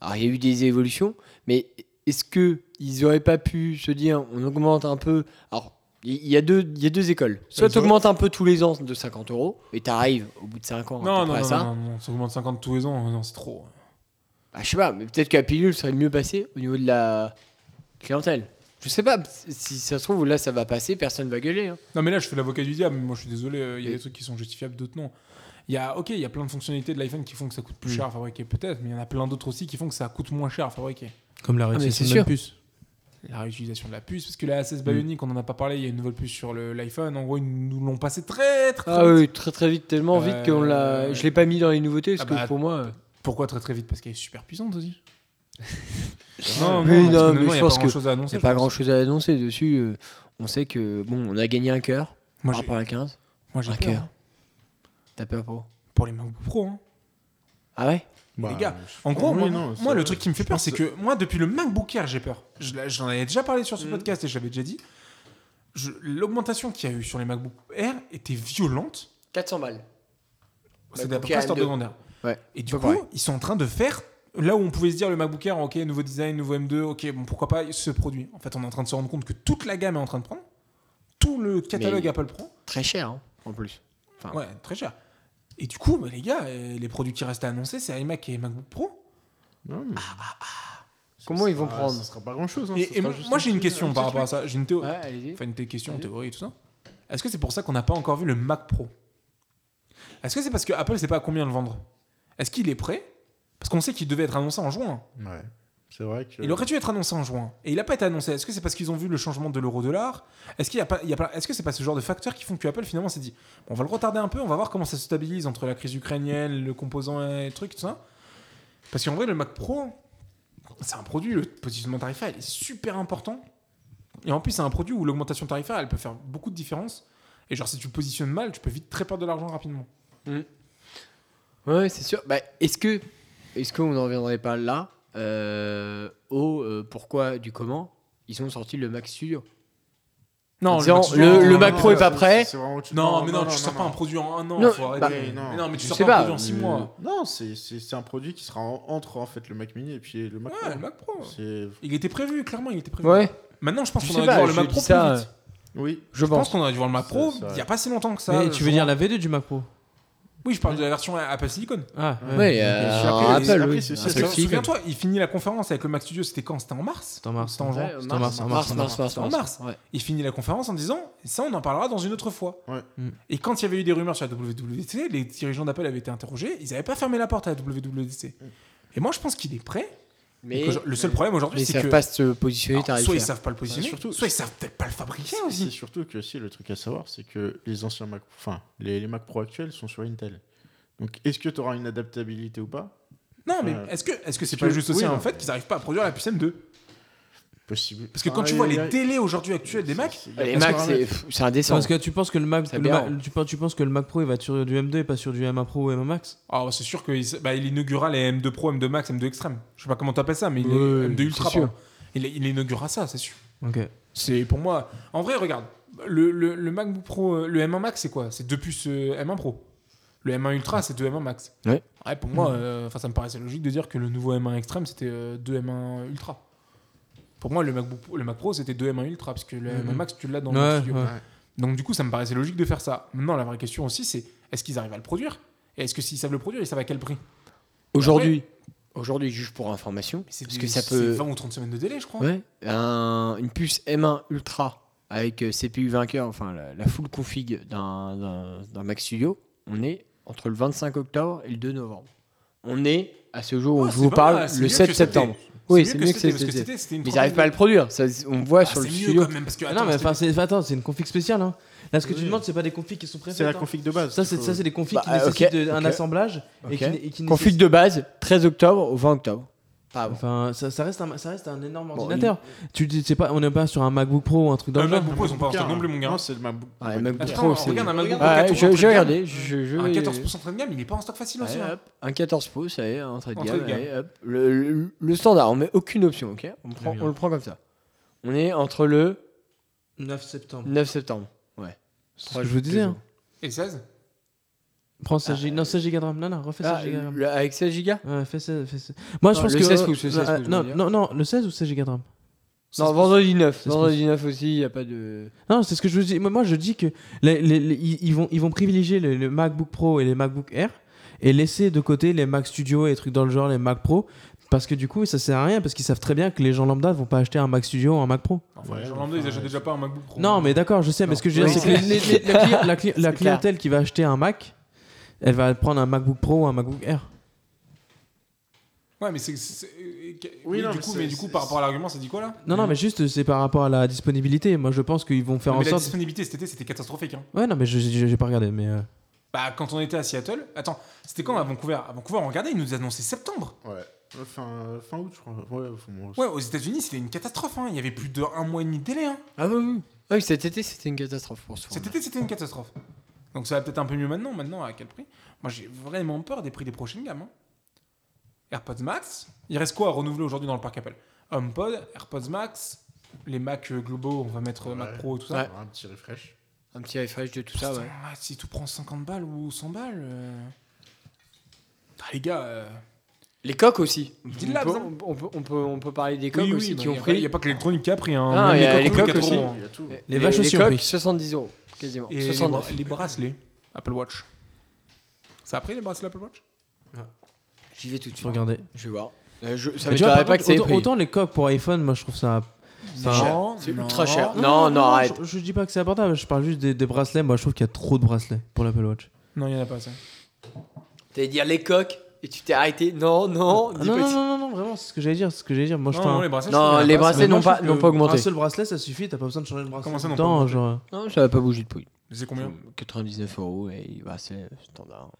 S1: Alors, il y a eu des évolutions, mais est-ce que ils auraient pas pu se dire on augmente un peu Alors, il il y, a deux, il y a deux écoles. Soit
S2: Ils
S1: tu augmentes un peu tous les ans de 50 euros, et tu arrives au bout de 5 ans à
S2: Non,
S1: peu
S2: non,
S1: près à
S2: non,
S1: ça.
S2: non, non, non, ça augmente 50 tous les ans, hein, non, c'est trop.
S1: Bah, je sais pas, mais peut-être que la pilule serait mieux passée au niveau de la clientèle. Je sais pas, si ça se trouve, là ça va passer, personne va gueuler. hein.
S2: Non, mais là, je fais l'avocat du diable, mais moi, je suis désolé, euh, il y a
S1: Et-
S2: des trucs qui sont justifiables, d'autres non. Il y a, ok, il y a plein de fonctionnalités de l'iPhone qui font que ça coûte plus
S1: Hmm.
S2: cher à fabriquer, peut-être, mais il y en a plein d'autres aussi qui font que ça coûte moins cher à fabriquer.
S3: Comme la
S1: réutilisation de la
S3: réutilisation de la puce.
S2: La réutilisation de la puce, parce que la A16 Bionic, on n'en a pas parlé, il y a une nouvelle puce sur le- l'iPhone, en gros, ils nous l'ont passé très, très, très
S1: Ah
S2: vite.
S1: oui, très très vite, tellement vite qu'on
S2: Euh,
S1: l'a. Je l'ai pas mis dans les nouveautés, parce
S2: ah bah,
S1: que pour moi.
S2: Pourquoi très très vite Parce qu'elle est super puissante aussi. Ah, non,
S1: Oui, non,
S2: parce
S1: mais
S2: honnêtement,
S1: je
S2: il y a
S1: pense
S2: pas
S1: que
S2: grand chose à annoncer.
S1: C'est
S2: je
S1: pas
S2: pense.
S1: grand chose à annoncer dessus. euh, On sait que, bon, on a gagné un cœur
S2: Moi,
S1: par
S2: j'ai-
S1: rapport à la 15.
S2: moi, j'ai
S1: un
S2: peur
S1: cœur.
S2: hein,
S1: T'as peur pour
S2: pour les MacBook Pro. hein.
S1: Ah ouais
S2: les gars,
S4: Bah, je-
S2: En gros,
S4: Ah Oui,
S2: moi,
S4: non,
S2: moi,
S4: ça-
S2: le truc qui me fait
S4: je
S2: peur,
S4: pense
S2: c'est que moi, depuis le MacBook Air, j'ai peur. Je l'a- J'en avais déjà parlé sur ce podcast et je l'avais déjà dit. Je- L'augmentation qu'il y a eu sur les MacBook Air était violente.
S1: 400 balles.
S2: C'était à
S1: MacBook
S2: peu près
S1: Air
S2: cette ordre de
S1: M2.
S2: grandeur.
S1: Ouais,
S2: Et du
S1: peu
S2: coup,
S1: près.
S2: ils sont en train de faire là où on pouvait se dire le MacBook Air, ok, nouveau design, nouveau M2, ok, bon, pourquoi pas ce produit. En fait, on est en train de se rendre compte que toute la gamme est en train de prendre. Tout le catalogue
S1: Mais-
S2: Apple prend.
S1: Très cher, hein, en plus. Ah.
S2: Ouais, très cher. Et du coup, bah, les gars, euh, les produits qui restent à annoncer, c'est iMac et MacBook Pro.
S4: Non, mais-
S1: Comment ils vont
S4: Ah,
S1: prendre
S4: Ça sera pas grand chose.
S2: Ah, et et moi, j'ai une question par rapport à ça. J'ai une théo-
S1: Ouais, allez-y.
S2: Enfin, une théorie, question, une
S1: Vas-y.
S2: théorie et tout ça. Est-ce que c'est pour ça qu'on n'a pas encore vu le Mac Pro Est-ce que c'est parce que Apple sait pas à combien le vendre Est-ce qu'il est prêt Parce qu'on sait qu'il devait être annoncé en juin.
S4: Ouais. C'est vrai que.
S2: Il aurait dû être annoncé en juin. Et il n'a pas été annoncé. Est-ce que c'est parce qu'ils ont vu le changement de l'euro-dollar Est-ce qu'il y a pas, il y a pas- est-ce que c'est pas ce genre de facteurs qui font que Apple finalement s'est dit bon, on va le retarder un peu, on va voir comment ça se stabilise entre la crise ukrainienne, le composant et le truc, tout ça Parce qu'en vrai, le Mac Pro, c'est un produit, le positionnement tarifaire, il est super important. Et en plus, c'est un produit où l'augmentation tarifaire, elle peut faire beaucoup de différence. Et genre, si tu le positionnes mal, tu peux vite très perdre de l'argent rapidement.
S1: Ouais, c'est sûr. Bah, est-ce que, est-ce qu'on n'en reviendrait pas là euh, au euh, pourquoi du comment ils ont sorti le Mac Studio En disant,
S2: Mac Studio,
S1: le-
S2: non,
S1: le
S2: non,
S1: Mac
S2: non,
S1: Pro est
S2: non,
S1: pas prêt.
S2: Non, mais non, tu sors pas un produit en un an,
S1: Non,
S2: faut
S1: bah,
S2: arrêter.
S4: non.
S2: Mais non, mais tu
S1: Je
S2: sors
S1: sais
S2: pas un
S1: pas,
S2: produit en 6 mois.
S4: Non, c'est- c'est c'est un produit qui sera en- entre en fait le Mac Mini et puis le Mac.
S2: Ouais,
S4: Pro.
S2: le Mac Pro.
S4: C'est-
S2: Il était prévu, clairement, il était prévu.
S1: Ouais,
S2: Maintenant, je pense
S1: Je
S2: qu'on
S1: sais
S2: aurait
S1: pas,
S2: dû voir le
S1: je
S2: Mac
S1: dis
S2: Pro
S1: ça, euh,
S2: plus vite.
S4: Oui.
S1: je
S2: Je pense
S1: pense.
S2: qu'on aurait dû voir le Mac Pro
S4: Ça, ça,
S2: il n'y a pas si longtemps que ça.
S3: Mais tu veux
S2: genre.
S3: dire la V2 du Mac Pro
S2: Oui, je parle de la version Apple Silicon.
S3: Ah,
S1: Ouais,
S3: ouais.
S1: euh,
S3: Ok.
S4: Puis après,
S1: alors,
S4: les-
S1: Apple,
S4: après,
S1: oui.
S4: c'est aussi
S1: Un
S4: la
S1: truc
S2: Parce que,
S1: Silicon.
S2: Souviens-toi, il finit la conférence avec le Mac Studio, c'était quand C'était en mars
S3: C'était en mars.
S2: C'était en juin.
S1: Ouais,
S3: C'était en mars, en mars, en mars.
S2: en mars.
S1: ouais.
S2: Il finit la conférence en disant Ça, on en parlera dans une autre fois.
S4: Ouais.
S3: Mm.
S2: Et quand il y avait eu des rumeurs sur la WWDC, les dirigeants d'Apple avaient été interrogés ils n'avaient pas fermé la porte à la WWDC. Et moi, je pense qu'il est prêt.
S1: Mais, euh,
S2: Et que je- le seul problème
S1: mais
S2: aujourd'hui,
S1: ils
S2: c'est que
S1: savent pas se positionner,
S2: alors,
S1: t'arrives
S2: soit
S1: à
S2: ils
S1: faire.
S2: savent pas le positionner,
S4: Bah, surtout-
S2: soit ils savent peut-être pas le fabriquer
S4: C'est
S2: aussi.
S4: surtout que si le truc à savoir, c'est que les anciens Mac, enfin les, les Mac Pro actuels sont sur Intel. Donc est-ce que tu auras une adaptabilité ou pas
S2: Non, mais
S4: Ouais.
S2: est-ce que est-ce que c'est
S4: Parce
S2: pas
S4: que-
S2: juste aussi
S4: oui,
S2: un
S4: non.
S2: fait qu'ils n'arrivent pas à produire la puce M2
S4: Possible.
S2: Parce que quand
S4: Ah,
S2: tu
S4: il-
S2: vois
S4: il-
S2: les délais aujourd'hui actuels des Macs,
S4: c'est- il y a
S1: Les
S4: pas ce
S1: Mac, c'est
S4: paramètre.
S1: pff, c'est indécent.
S3: Parce que tu penses que le Mac,
S1: Ça
S3: le
S1: berre.
S3: Ma- tu, penses, tu penses que le Mac Pro il va être sur du M2 et pas sur du M1 Pro ou M1 Max
S2: ah, c'est sûr qu'il s- bah, il inaugura les M2 Pro, M2 Max, M2 Extreme. Je sais pas comment t'appelles ça, mais il est-
S1: Ouais,
S2: M2 Ultra.
S1: c'est sûr.
S2: pardon. Il, il inaugurera ça, c'est sûr.
S3: Ok.
S2: C'est pour moi. En vrai, regarde, le, le, le MacBook Pro, euh, le M1 Max, c'est quoi C'est deux puces euh, M1 Pro. Le M1 Ultra, c'est deux M1 Max.
S1: Ouais. Mmh.
S2: pour moi, euh, enfin, ça me paraissait logique de dire que le nouveau M1 Extreme, c'était euh, deux M1 Ultra. Pour moi, le, MacBook, le Mac Pro, c'était deux M1 Ultra, parce que le
S3: Mhm.
S1: Mmh.
S2: M1 Max, tu l'as dans le
S3: Ouais,
S2: studio.
S3: ouais.
S2: Donc, du coup, ça me paraissait logique de faire ça. Maintenant, la vraie question aussi, c'est est-ce qu'ils arrivent à le produire Et est-ce que s'ils savent le produire, ils savent à quel prix
S1: Aujourd'hui, Bah aujourd'hui, juge pour information,
S2: C'est
S1: parce
S2: des-
S1: que ça
S2: c'est
S1: peut.
S2: 20 ou 30 semaines de délai, je crois.
S1: Ouais, un- une puce M1 Ultra avec euh, CPU vainqueur, enfin la, la full config d'un- d'un d'un Mac Studio, on est entre le 25 octobre et le 2 novembre. On est, à ce jour où
S2: Ah,
S1: je
S2: c'est
S1: vous
S2: pas
S1: parle,
S2: mal, c'est
S1: le
S2: mieux
S1: 7
S2: que
S1: septembre.
S2: c'était.
S1: Oui,
S2: C'est
S1: c'est
S2: mieux que c'était, parce que
S1: c'était.
S2: c'était- c'était une
S1: Mais ils
S2: trentaine
S1: n'arrivent pas à le produire, ça, on voit
S2: Ah,
S1: sur le
S2: c'est mieux
S1: studio.
S2: quand même, parce que,
S3: Ah
S2: attends,
S3: non, mais
S2: c'était-
S3: enfin, c'est- attends, c'est une config spéciale. Hein. Là, ce que tu
S4: Oui.
S3: demandes, c'est pas des configs qui sont préfaites.
S4: C'est la
S3: hein.
S4: config de base.
S3: Ça, c'est
S4: Il
S3: ça,
S4: faut-
S3: c'est des configs qui
S1: Bah, euh,
S3: nécessitent
S1: ok,
S3: de- un
S1: ok.
S3: assemblage et
S1: Ok.
S3: qui, et qui
S1: Config de base, 13 octobre au 20 octobre.
S2: Ah
S1: Pas avant.
S3: Enfin, ça, ça reste un, ça reste un énorme
S1: Bon,
S3: ordinateur. Tu dis, c'est pas, on n'est pas sur un MacBook Pro ou un truc dans
S2: Un
S3: le genre.
S2: MacBook Pro, ils ont pas
S4: Car-
S2: inventé non plus, mon gars.
S4: Non, c'est le MacBook.
S1: hein. Ouais, le
S3: Ah,
S1: MacBook
S2: hein. Attends,
S1: Pro,
S2: non,
S1: c'est.
S2: regarde un MacBook Pro
S1: Ouais,
S2: 14
S1: je,
S2: entrée
S1: je
S2: de gamme.
S1: regardais, je, je
S2: Un
S1: vais-
S2: 14% entrée de gamme, il est pas en stock facile hein. en
S1: Ouais,
S2: ce moment.
S1: hop, un 14 pouces, allez, un trait de
S2: Un
S1: gamme.
S2: trait de gamme.
S1: allez, hop. Le, le- le standard, on met aucune option, ok on, prend-
S3: bien.
S1: on le prend comme ça. On est entre le
S3: 9 septembre.
S1: 9 septembre. Ouais.
S3: C'est ce que je vous disais. hein.
S2: Et 16
S3: Prends 16 gigas. Non, 16 gigas de RAM. Non, non, refais 16
S1: Ah,
S3: gigas de RAM.
S1: le- avec 16 gigas
S3: Ouais, fais 16, fais 16. Moi, je
S1: Non,
S3: pense
S1: le
S3: que.
S1: 16 pouces, le
S3: euh,
S1: 16 pouces, je
S3: non,
S1: veux dire.
S3: non, non, le 16 ou 16 gigas de RAM
S1: Non, vendredi 9.
S3: 16
S1: Vendredi 9 aussi, il n'y a pas de.
S3: Non, c'est ce que je dis. Moi, moi, je dis que les- les- les- ils ils vont, ils vont privilégier le, le MacBook Pro et les MacBook Air et laisser de côté les Mac Studio et les trucs dans le genre, les Mac Pro, parce que du coup, ça sert à rien, parce qu'ils savent très bien que les gens lambda vont pas acheter un Mac Studio ou un Mac Pro.
S2: Enfin,
S4: Ouais,
S2: les gens
S4: mais
S2: lambda, ils
S4: enfin,
S2: achètent déjà pas un MacBook Pro.
S3: Non, mais d'accord, je sais, mais
S2: Non.
S3: ce que je veux dire,
S1: Oui,
S3: c'est que les- les- les- la, cli- la cli- la
S1: C'est clair.
S3: clientèle qui va acheter un Mac, elle va prendre un MacBook Pro ou un MacBook Air.
S2: Ouais, mais c'est. c'est- euh, euh,
S4: Oui,
S2: Oui,
S4: non,
S2: du
S4: mais
S2: coup,
S4: c'est-
S2: mais du coup,
S4: c'est-
S2: par rapport à l'argument, c'est dit quoi là
S1: Mm.
S3: Non, non, mais juste, c'est par rapport à la disponibilité. Moi, je pense qu'ils vont faire
S2: Non,
S3: en
S2: mais la
S3: sorte.
S2: disponibilité cet été, c'était catastrophique. hein.
S3: Ouais, non, mais je- je- j'ai pas regardé, mais. euh,
S2: Bah, quand on était à Seattle, attends, c'était quand à Vancouver À Vancouver, regardez, ils nous annonçaient septembre.
S4: Ouais. Fin, fin août, je crois. Ouais, faut- bon,
S2: Ouais, aux États-Unis, c'était une catastrophe. hein. Il y avait plus de un mois et demi de délai. hein.
S1: Ah oui, oui. Ah oui, cet été, c'était une catastrophe pour hein. ce
S2: Cet été, c'était une catastrophe. Donc ça va peut-être un peu mieux maintenant. Maintenant, à quel prix Moi, j'ai vraiment peur des prix des prochaines gammes. hein. AirPods Max. Il reste quoi à renouveler aujourd'hui dans le parc Apple HomePod, AirPods Max, les Mac euh, globaux, on va mettre euh, Mac
S4: Ouais.
S2: Pro, tout ça.
S1: Ouais.
S4: Un petit refresh.
S1: Un petit refresh de tout ça,
S2: Putain,
S1: ouais.
S2: ouais, si tout prend 50 balles ou 100 balles. euh. Ah, les gars, euh,
S1: Les coques aussi. On
S2: Dis-le là,
S1: peut,
S2: Vincent.
S1: on, peut, on peut- on peut parler des coques
S2: oui, oui,
S1: aussi
S2: bah,
S1: qui
S2: y
S1: ont
S2: a pas-
S1: pris.
S2: Il n'y a pas que l'électronique qui a pris. Hein.
S1: Ah,
S2: Même
S1: il y a
S2: coques
S1: les
S2: ont pris
S1: coques
S2: 4
S1: aussi.
S2: euros, hein.
S4: Il y a tout.
S3: Les vaches aussi ont
S1: coques,
S3: pris.
S1: 70 euros, quasiment.
S2: Et les,
S1: 69.
S2: bra- les bracelets Apple Watch. Ça a pris les bracelets Apple Watch
S1: J'y vais tout de suite.
S3: faut regarder.
S1: Je vais voir. Euh, je- ça
S3: Mais tu vois,
S1: m'étonnerait
S3: par
S1: pas que
S3: contre,
S1: ça ait
S3: autant,
S1: pris.
S3: autant les coques pour iPhone, moi je trouve ça.
S1: C'est
S3: Enfin,
S1: cher.
S2: Non,
S1: C'est
S2: non.
S1: ultra cher. Non, non, arrête.
S3: Je, je dis pas que c'est abordable, je parle juste des, des bracelets. Moi je trouve qu'il y a trop de bracelets pour l'Apple Watch.
S2: Non, il n'y en a pas assez.
S1: T'allais dire les coques et tu t'es arrêté. Non, non,
S3: Ah,
S1: dis
S3: non,
S1: pas
S3: non,
S1: si-
S3: non, non, non, vraiment, c'est ce que j'allais dire. c'est Ce que j'allais dire. Moi je
S2: Non,
S3: trouve-
S2: non, les bracelets,
S1: Non,
S2: il y en a
S1: les
S2: pas assez.
S1: bracelets, n'ont
S3: moi, je
S1: pas-
S3: trouve
S1: n'ont
S3: que
S1: pas augmenté.
S3: Un seul bracelet ça suffit, t'as pas besoin de changer le bracelet.
S2: Comment ça,
S3: tout
S2: n'ont
S3: le
S2: pas
S3: temps,
S2: augmenté
S3: genre,
S1: Non, ça va pas bouger de prix.
S2: C'est combien
S1: 99 euros et bah, c'est standard.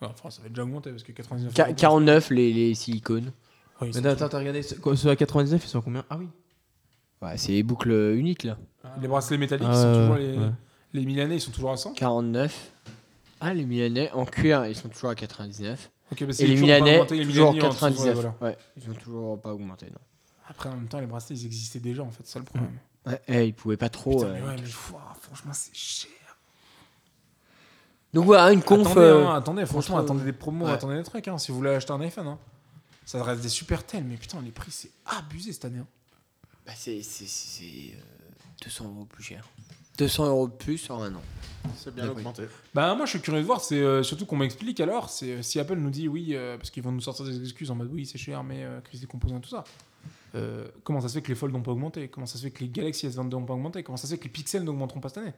S2: Ouais, Enfin, ça va déjà augmenter parce que 99
S1: Qua- 49 les, les silicones.
S2: Oui, c'est
S3: Mais attends, t'as regardé ceux ceux à 99, ils sont à combien Ah oui.
S1: Ouais, c'est les boucles euh, uniques là.
S2: Les bracelets métalliques,
S3: Ah,
S2: ils sont
S3: ouais,
S2: toujours les...
S3: ouais.
S2: les Milanais, ils sont toujours à 100.
S1: 49. Ah, les Milanais en cuir, ils sont toujours à 99.
S2: Ok, parce
S1: Et
S2: qu'ils
S1: les
S2: ont pas
S1: Milanais,
S2: augmenté, les
S1: toujours
S2: Milanais en dessous, ouais,
S1: 99.
S2: voilà.
S1: Ouais, ils ont toujours pas augmenté. Non.
S2: Après, en même temps, les bracelets, ils existaient déjà, en fait, c'est ça le problème.
S1: Ouais, eh, ils pouvaient pas trop.
S2: Putain, mais
S1: euh.
S2: ouais, mais ouah, franchement, c'est cher.
S1: Donc voilà, une conf.
S2: attendez,
S1: euh,
S2: hein, attendez, franchement,
S1: contre-
S2: attendez des promos,
S1: Ouais.
S2: attendez des trucs, hein, si vous voulez acheter un iPhone. hein. Ça reste des super tels, mais putain, les prix, c'est abusé cette année. hein.
S1: bah, c'est c'est- c'est, euh, 200 euros plus cher. 200 euros de plus ah, en un an.
S4: C'est bien
S1: Oui.
S4: augmenté.
S2: Bah moi je suis curieux de voir, c'est euh, surtout qu'on m'explique alors, c'est euh, si Apple nous dit oui, euh, parce qu'ils vont nous sortir des excuses en mode oui c'est cher mais euh, crise des composants tout ça. Euh, comment ça se fait que les folds n'ont pas augmenté Comment ça se fait que les Galaxy S22 n'ont pas augmenté Comment ça se fait que les pixels n'augmenteront pas cette année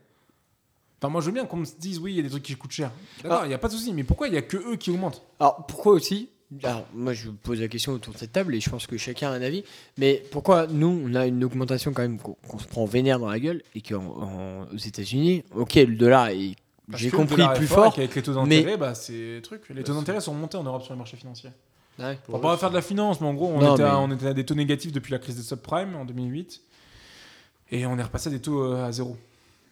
S2: Enfin moi je veux bien qu'on me dise oui il y a des trucs qui coûtent cher.
S1: Ah.
S2: D'accord, il n'y a pas de souci, mais pourquoi il n'y a que eux qui augmentent
S1: Alors pourquoi aussi alors, moi, je vous pose la question autour de cette table et je pense que chacun a un avis. Mais pourquoi nous, on a une augmentation quand même qu'on qu'on se prend vénère dans la gueule et qu'en en- aux États-Unis, ok, le dollar est,
S2: Parce
S1: j'ai
S2: que le
S1: compris,
S2: dollar est
S1: plus fort.
S2: et Avec les taux
S1: mais-
S2: d'intérêt, bah, c'est truc. Les taux d'intérêt sont montés en Europe sur les marchés financiers.
S1: Ouais.
S2: On va pas faire de la finance, mais en gros, on,
S1: Non,
S2: était à,
S1: mais-
S2: on était à des taux négatifs depuis la crise des subprimes en 2008. Et on est repassé à des taux euh, à zéro.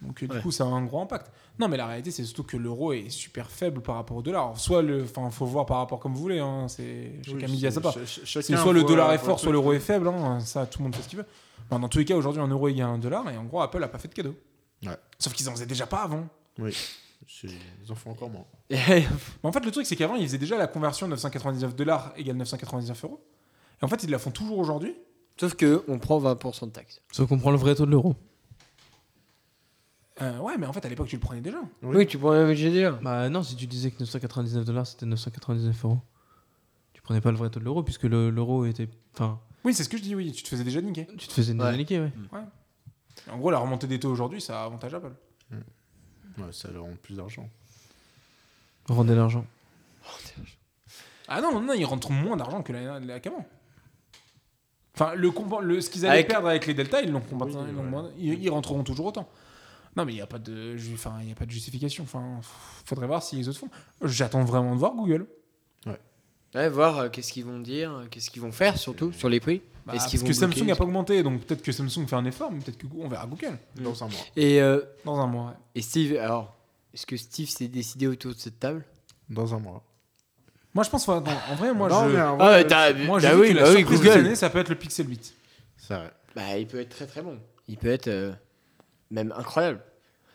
S2: Donc, euh, du
S1: Ouais.
S2: coup, ça a un gros impact. Non, mais la réalité, c'est surtout que l'euro est super faible par rapport au dollar. Soit le. Enfin, faut voir par rapport comme vous voulez. Hein, c'est chacun midi à sa part. C'est soit le dollar est fort, soit l'euro est faible. hein, ça, tout le monde fait ce qu'il veut. Enfin, dans tous les cas, aujourd'hui, un euro égale un dollar. Et en gros, Apple a pas fait de cadeau.
S4: Ouais.
S2: Sauf qu'ils en faisaient déjà pas avant.
S4: Ils en font encore moins.
S2: Mais en fait, le truc, c'est qu'avant, ils faisaient déjà la conversion 999 dollars égale 999 euros. Et en fait, ils la font toujours aujourd'hui.
S1: *laughs* Sauf que on prend 20% de taxes.
S3: Sauf qu'on prend le vrai taux de l'euro.
S2: Euh, ouais, mais en fait, à l'époque, tu le prenais déjà.
S4: Oui.
S1: Oui, tu prends le déjà.
S3: Bah non, si tu disais que 999 dollars c'était 999 euros, tu prenais pas le vrai taux de l'euro puisque le- l'euro était. Enfin,
S2: Oui, c'est ce que je dis, oui, tu te faisais déjà niquer.
S3: tu te faisais
S1: Ouais.
S3: niquer, ouais.
S2: En gros, la remontée des taux aujourd'hui, ça avantage Apple.
S4: Ouais, ça leur rend plus d'argent.
S1: Mm.
S3: Rendez l'argent.
S1: Oh,
S2: Ah non, non, non, ils rentrent moins d'argent que l'année l'année qu'avant. Enfin, le compen- le, ce qu'ils allaient
S1: Avec-
S2: perdre avec les deltas, ils l'ont compensé.
S4: Oui,
S2: ils, l'ont
S4: ouais.
S2: moins- ils- ils rentreront toujours autant. Non, mais il n'y a, pas de ju- enfin, il y a pas de justification. Enfin, f- faudrait voir si les autres font. J'attends vraiment de voir Google.
S1: Ouais, voir euh, qu'est-ce qu'ils vont dire, euh, qu'est-ce qu'ils vont faire surtout sur les prix.
S2: Bah,
S1: Est-ce
S2: parce
S1: qu'ils
S2: que
S1: vont
S2: Samsung
S1: bloquer
S2: n'a pas augmenté, donc peut-être que Samsung fait un effort, mais peut-être que Go- on verra Google
S4: Dans un mois.
S1: Et, euh,
S2: dans un mois. ouais.
S1: et Steve, alors, est-ce que Steve s'est décidé autour de cette table
S4: Dans un mois.
S2: Moi, je pense. faut attendre. en vrai, moi, je.
S4: en
S1: Ah,
S4: vrai, euh,
S1: t'as-
S2: Moi, je
S1: bah
S2: dis
S1: oui,
S2: que la
S1: bah oui,
S2: surprise de cette
S1: Google.
S2: année, ça peut être le Pixel 8.
S4: c'est vrai.
S1: Bah, il peut être très très bon. Il peut être euh, même incroyable.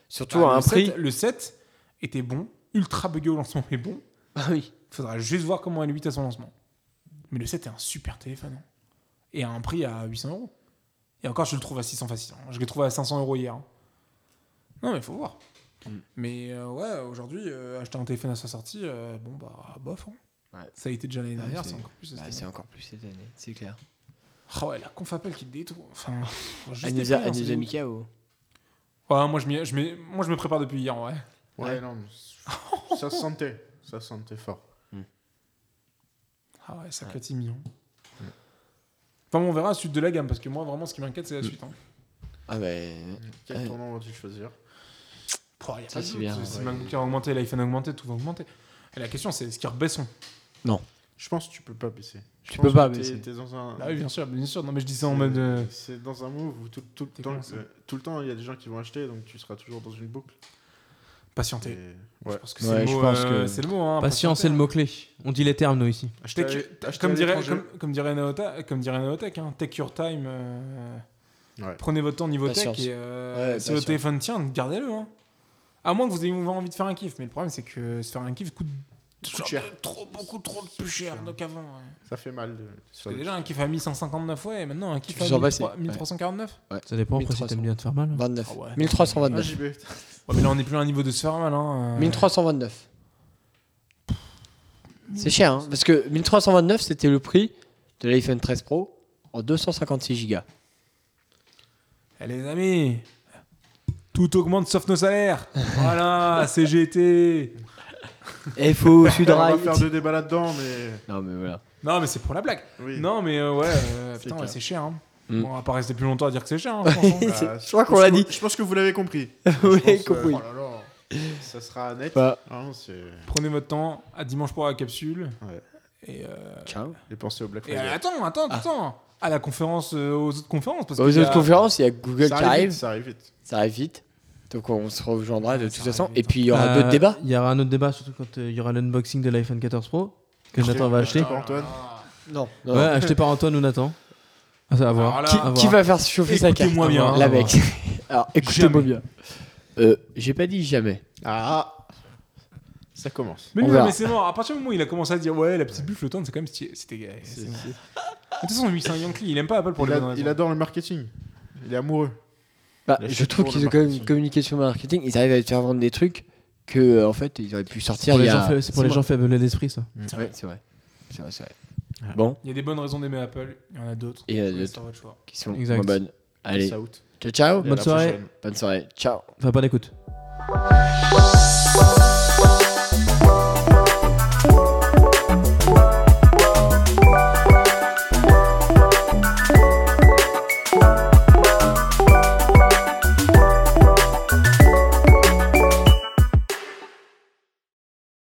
S1: Surtout
S2: Ah,
S1: à
S2: le
S1: un prix. *laughs*
S2: 7, le 7 était bon, ultra bugué au lancement, mais bon.
S1: Ah oui.
S2: Faudra juste voir comment est le 8 à son lancement. Mais le 7 est un super téléphone. hein. Et à un prix à 800 euros. Et encore, je le trouve à 600 facile. hein. Je l'ai trouvé à 500 euros hier. hein. Non, mais faut voir.
S1: Mm.
S2: Mais euh, ouais, aujourd'hui, euh, acheter un téléphone à sa sortie, euh, bon, bah, bof. hein.
S1: Ouais.
S2: Ça a été déjà l'année
S1: Ouais,
S2: dernière,
S1: c'est-
S2: c'est encore plus. cette
S1: Bah,
S2: année.
S1: c'est encore plus cette année, c'est clair.
S2: Ah ouais, la conf Apple qui te détruit. Enfin, juste
S1: Elle
S2: les
S1: nous a,
S2: prix, hein,
S1: elle nous
S2: c'est
S1: a
S2: des
S1: mis KO.
S2: ouf. Ouais, moi, je m'y- je m'y- moi, je me prépare depuis hier, ouais.
S4: Ouais,
S1: Ouais.
S4: non. mais ça se sentait. Ça se sentait fort.
S2: Ah ouais, ça petit mignon.
S4: Mm.
S2: Enfin, bon, on verra la suite de la gamme, parce que moi, vraiment, ce qui m'inquiète,
S4: Mm.
S2: c'est la suite. hein.
S1: Ah bah,
S4: Quel
S1: Ouais.
S4: tournant vas-tu choisir
S2: Pouah, y a
S1: Ça,
S2: pas de
S1: c'est
S2: doute.
S1: bien,
S2: Si
S4: ouais.
S2: MacBook a augmenté, l'iPhone a augmenté, tout va augmenter. Et la question, c'est est-ce qu'ils rebaisseront
S4: Je pense que tu peux pas baisser. Je
S1: Tu
S4: pense
S1: peux pas
S4: que t'es-
S1: baisser.
S4: t'es dans un.
S2: Ah oui, bien sûr, bien sûr. Non, mais je dis ça
S4: c'est-
S2: en mode. euh,
S4: C'est dans un move où tout, tout,
S2: T'es
S4: le temps,
S2: comment, ça
S4: euh, tout le temps, il y a des gens qui vont acheter, donc tu seras toujours dans une boucle.
S2: patienter.
S4: Et-
S2: Je
S4: Ouais.
S2: pense que c'est
S1: Ouais,
S2: le
S1: je
S2: mot.
S1: pense
S2: euh,
S1: que-
S2: C'est le mot, hein,
S3: Patience, c'est le
S2: patienter,
S3: mot-clé. On dit les termes, nous, ici.
S2: hein.
S4: Acheter
S2: Take-
S4: à- acheter
S2: Comme
S4: à
S2: dirait,
S4: l'étranger.
S2: comme, comme dirait Naotech, comme dirait Naotech, hein, take your time, euh,
S4: Ouais.
S2: prenez votre temps niveau
S1: Patience.
S2: tech et euh,
S1: Ouais,
S2: si votre
S1: patience.
S2: téléphone tient, gardez-le. hein. À moins que vous ayez envie de faire un kiff, mais le problème c'est que se faire un kiff coûte,
S4: coûte cher.
S2: trop, beaucoup trop plus cher
S4: cher.
S2: qu'avant. ouais.
S4: Ça fait mal. de-
S2: Parce que déjà un kiff à 1159 ouais, et maintenant un kiff
S1: Tu
S2: à
S1: sors passer,
S2: 1300
S1: bah, ouais.
S2: 1349.
S3: Ça dépend après si
S1: 1300.
S3: t'aimes bien te faire mal. hein.
S1: 29.
S2: Ah ouais.
S4: Ah,
S1: 1329.
S4: JB.
S2: Ouais, mais là on n'est plus à un niveau de se faire mal. Hein. euh.
S1: 1329. C'est cher, hein, parce que 1329, c'était le prix de l'iPhone 13 Pro en 256 *laughs* Go.
S2: Eh, les amis, tout augmente sauf nos salaires. voilà, *laughs* CGT.
S1: FO Sud
S4: On va
S1: Right.
S4: faire deux débats là-dedans, mais.
S1: Non, mais voilà.
S2: Non, mais c'est pour la blague.
S4: Oui.
S2: Non, mais euh, ouais, euh,
S4: C'est
S2: putain, ouais,
S4: clair.
S2: c'est cher. Hein.
S1: Mm.
S2: Bon, on va pas rester plus longtemps à dire que c'est
S1: *laughs*
S2: cher. hein, franchement.
S1: Oui.
S4: Bah,
S1: C'est- je crois qu'on l'a dit.
S4: Je pense que vous l'avez compris.
S1: Oui,
S4: Je pense,
S1: compris.
S4: oh là là, ça sera net.
S1: Bah,
S4: Ah, non, c'est-
S2: Prenez votre temps. À dimanche pour la capsule.
S4: Ouais.
S2: Et, euh,
S1: ciao. Bah,
S4: Les pensées au Black
S2: et
S4: Friday.
S2: attends, attends,
S1: Ah.
S2: attends. À la conférence, euh, aux autres conférences. Parce
S1: Aux
S2: qu'il y
S1: autres
S2: a-
S1: conférences, il y a Google
S4: ça
S1: qui
S4: arrive.
S1: arrive.
S4: vite, Ça arrive vite.
S1: Ça arrive vite. Donc on se rejoindra de
S2: Ça
S1: toute
S2: arrive
S1: façon.
S2: vite,
S1: Et
S2: hein.
S1: puis il y aura
S3: Euh,
S1: d'autres débats.
S3: Il y aura un autre débat, surtout quand euh, il y aura l'unboxing de l'iPhone 14 Pro que Nathan va acheter.
S4: Ah, Par Antoine.
S1: Non. non,
S3: Ouais,
S1: non.
S3: acheté par Antoine ou Nathan. Ah, ça va voir.
S2: Alors là,
S1: Qui,
S3: à
S1: qui
S3: voir.
S1: va faire chauffer sa carte
S2: Écoutez-moi bien.
S3: Ah,
S1: La
S3: à voir.
S1: mec.
S3: *laughs*
S1: Alors écoutez-moi bien. Euh, J'ai pas dit jamais.
S4: Ah Ça commence.
S2: Mais
S1: On
S2: oui,
S1: verra.
S2: mais c'est mort. À partir du moment où il a commencé à dire ouais, la petite buffle, le temps, c'est quand même stylé. C'était. c'est mort. De toute façon, lui, c'est un Yankee. Il aime pas Apple pour
S4: Il,
S2: les
S4: a-
S2: bonnes raisons.
S4: il adore le marketing. Il est amoureux.
S1: Bah,
S4: Là,
S1: je
S4: c'est
S1: trouve
S4: toujours
S1: qu'ils
S4: le
S1: ont quand même une
S4: marketing.
S1: communication marketing. Ils arrivent à te faire vendre des trucs que, euh, en fait, ils auraient pu sortir
S3: Pour
S1: il
S3: les
S1: y
S3: gens
S1: a.
S3: fa- C'est pour
S1: six
S3: les gens faibles d'esprit, ça.
S1: mois. Ouais, c'est vrai. C'est vrai, c'est vrai.
S4: Ouais.
S1: Bon,
S2: Il y a des bonnes raisons d'aimer Apple, il y en a d'autres.
S1: Et il y en a
S2: Laisse
S1: d'autres.
S2: faire votre choix.
S1: qui sont
S3: Exact.
S1: moins bonnes. Allez,
S4: Peace out.
S1: ciao, ciao.
S4: Et à
S3: Bonne
S4: la
S3: soirée.
S4: prochaine.
S1: Bonne soirée. Ciao.
S3: Enfin, bonne écoute.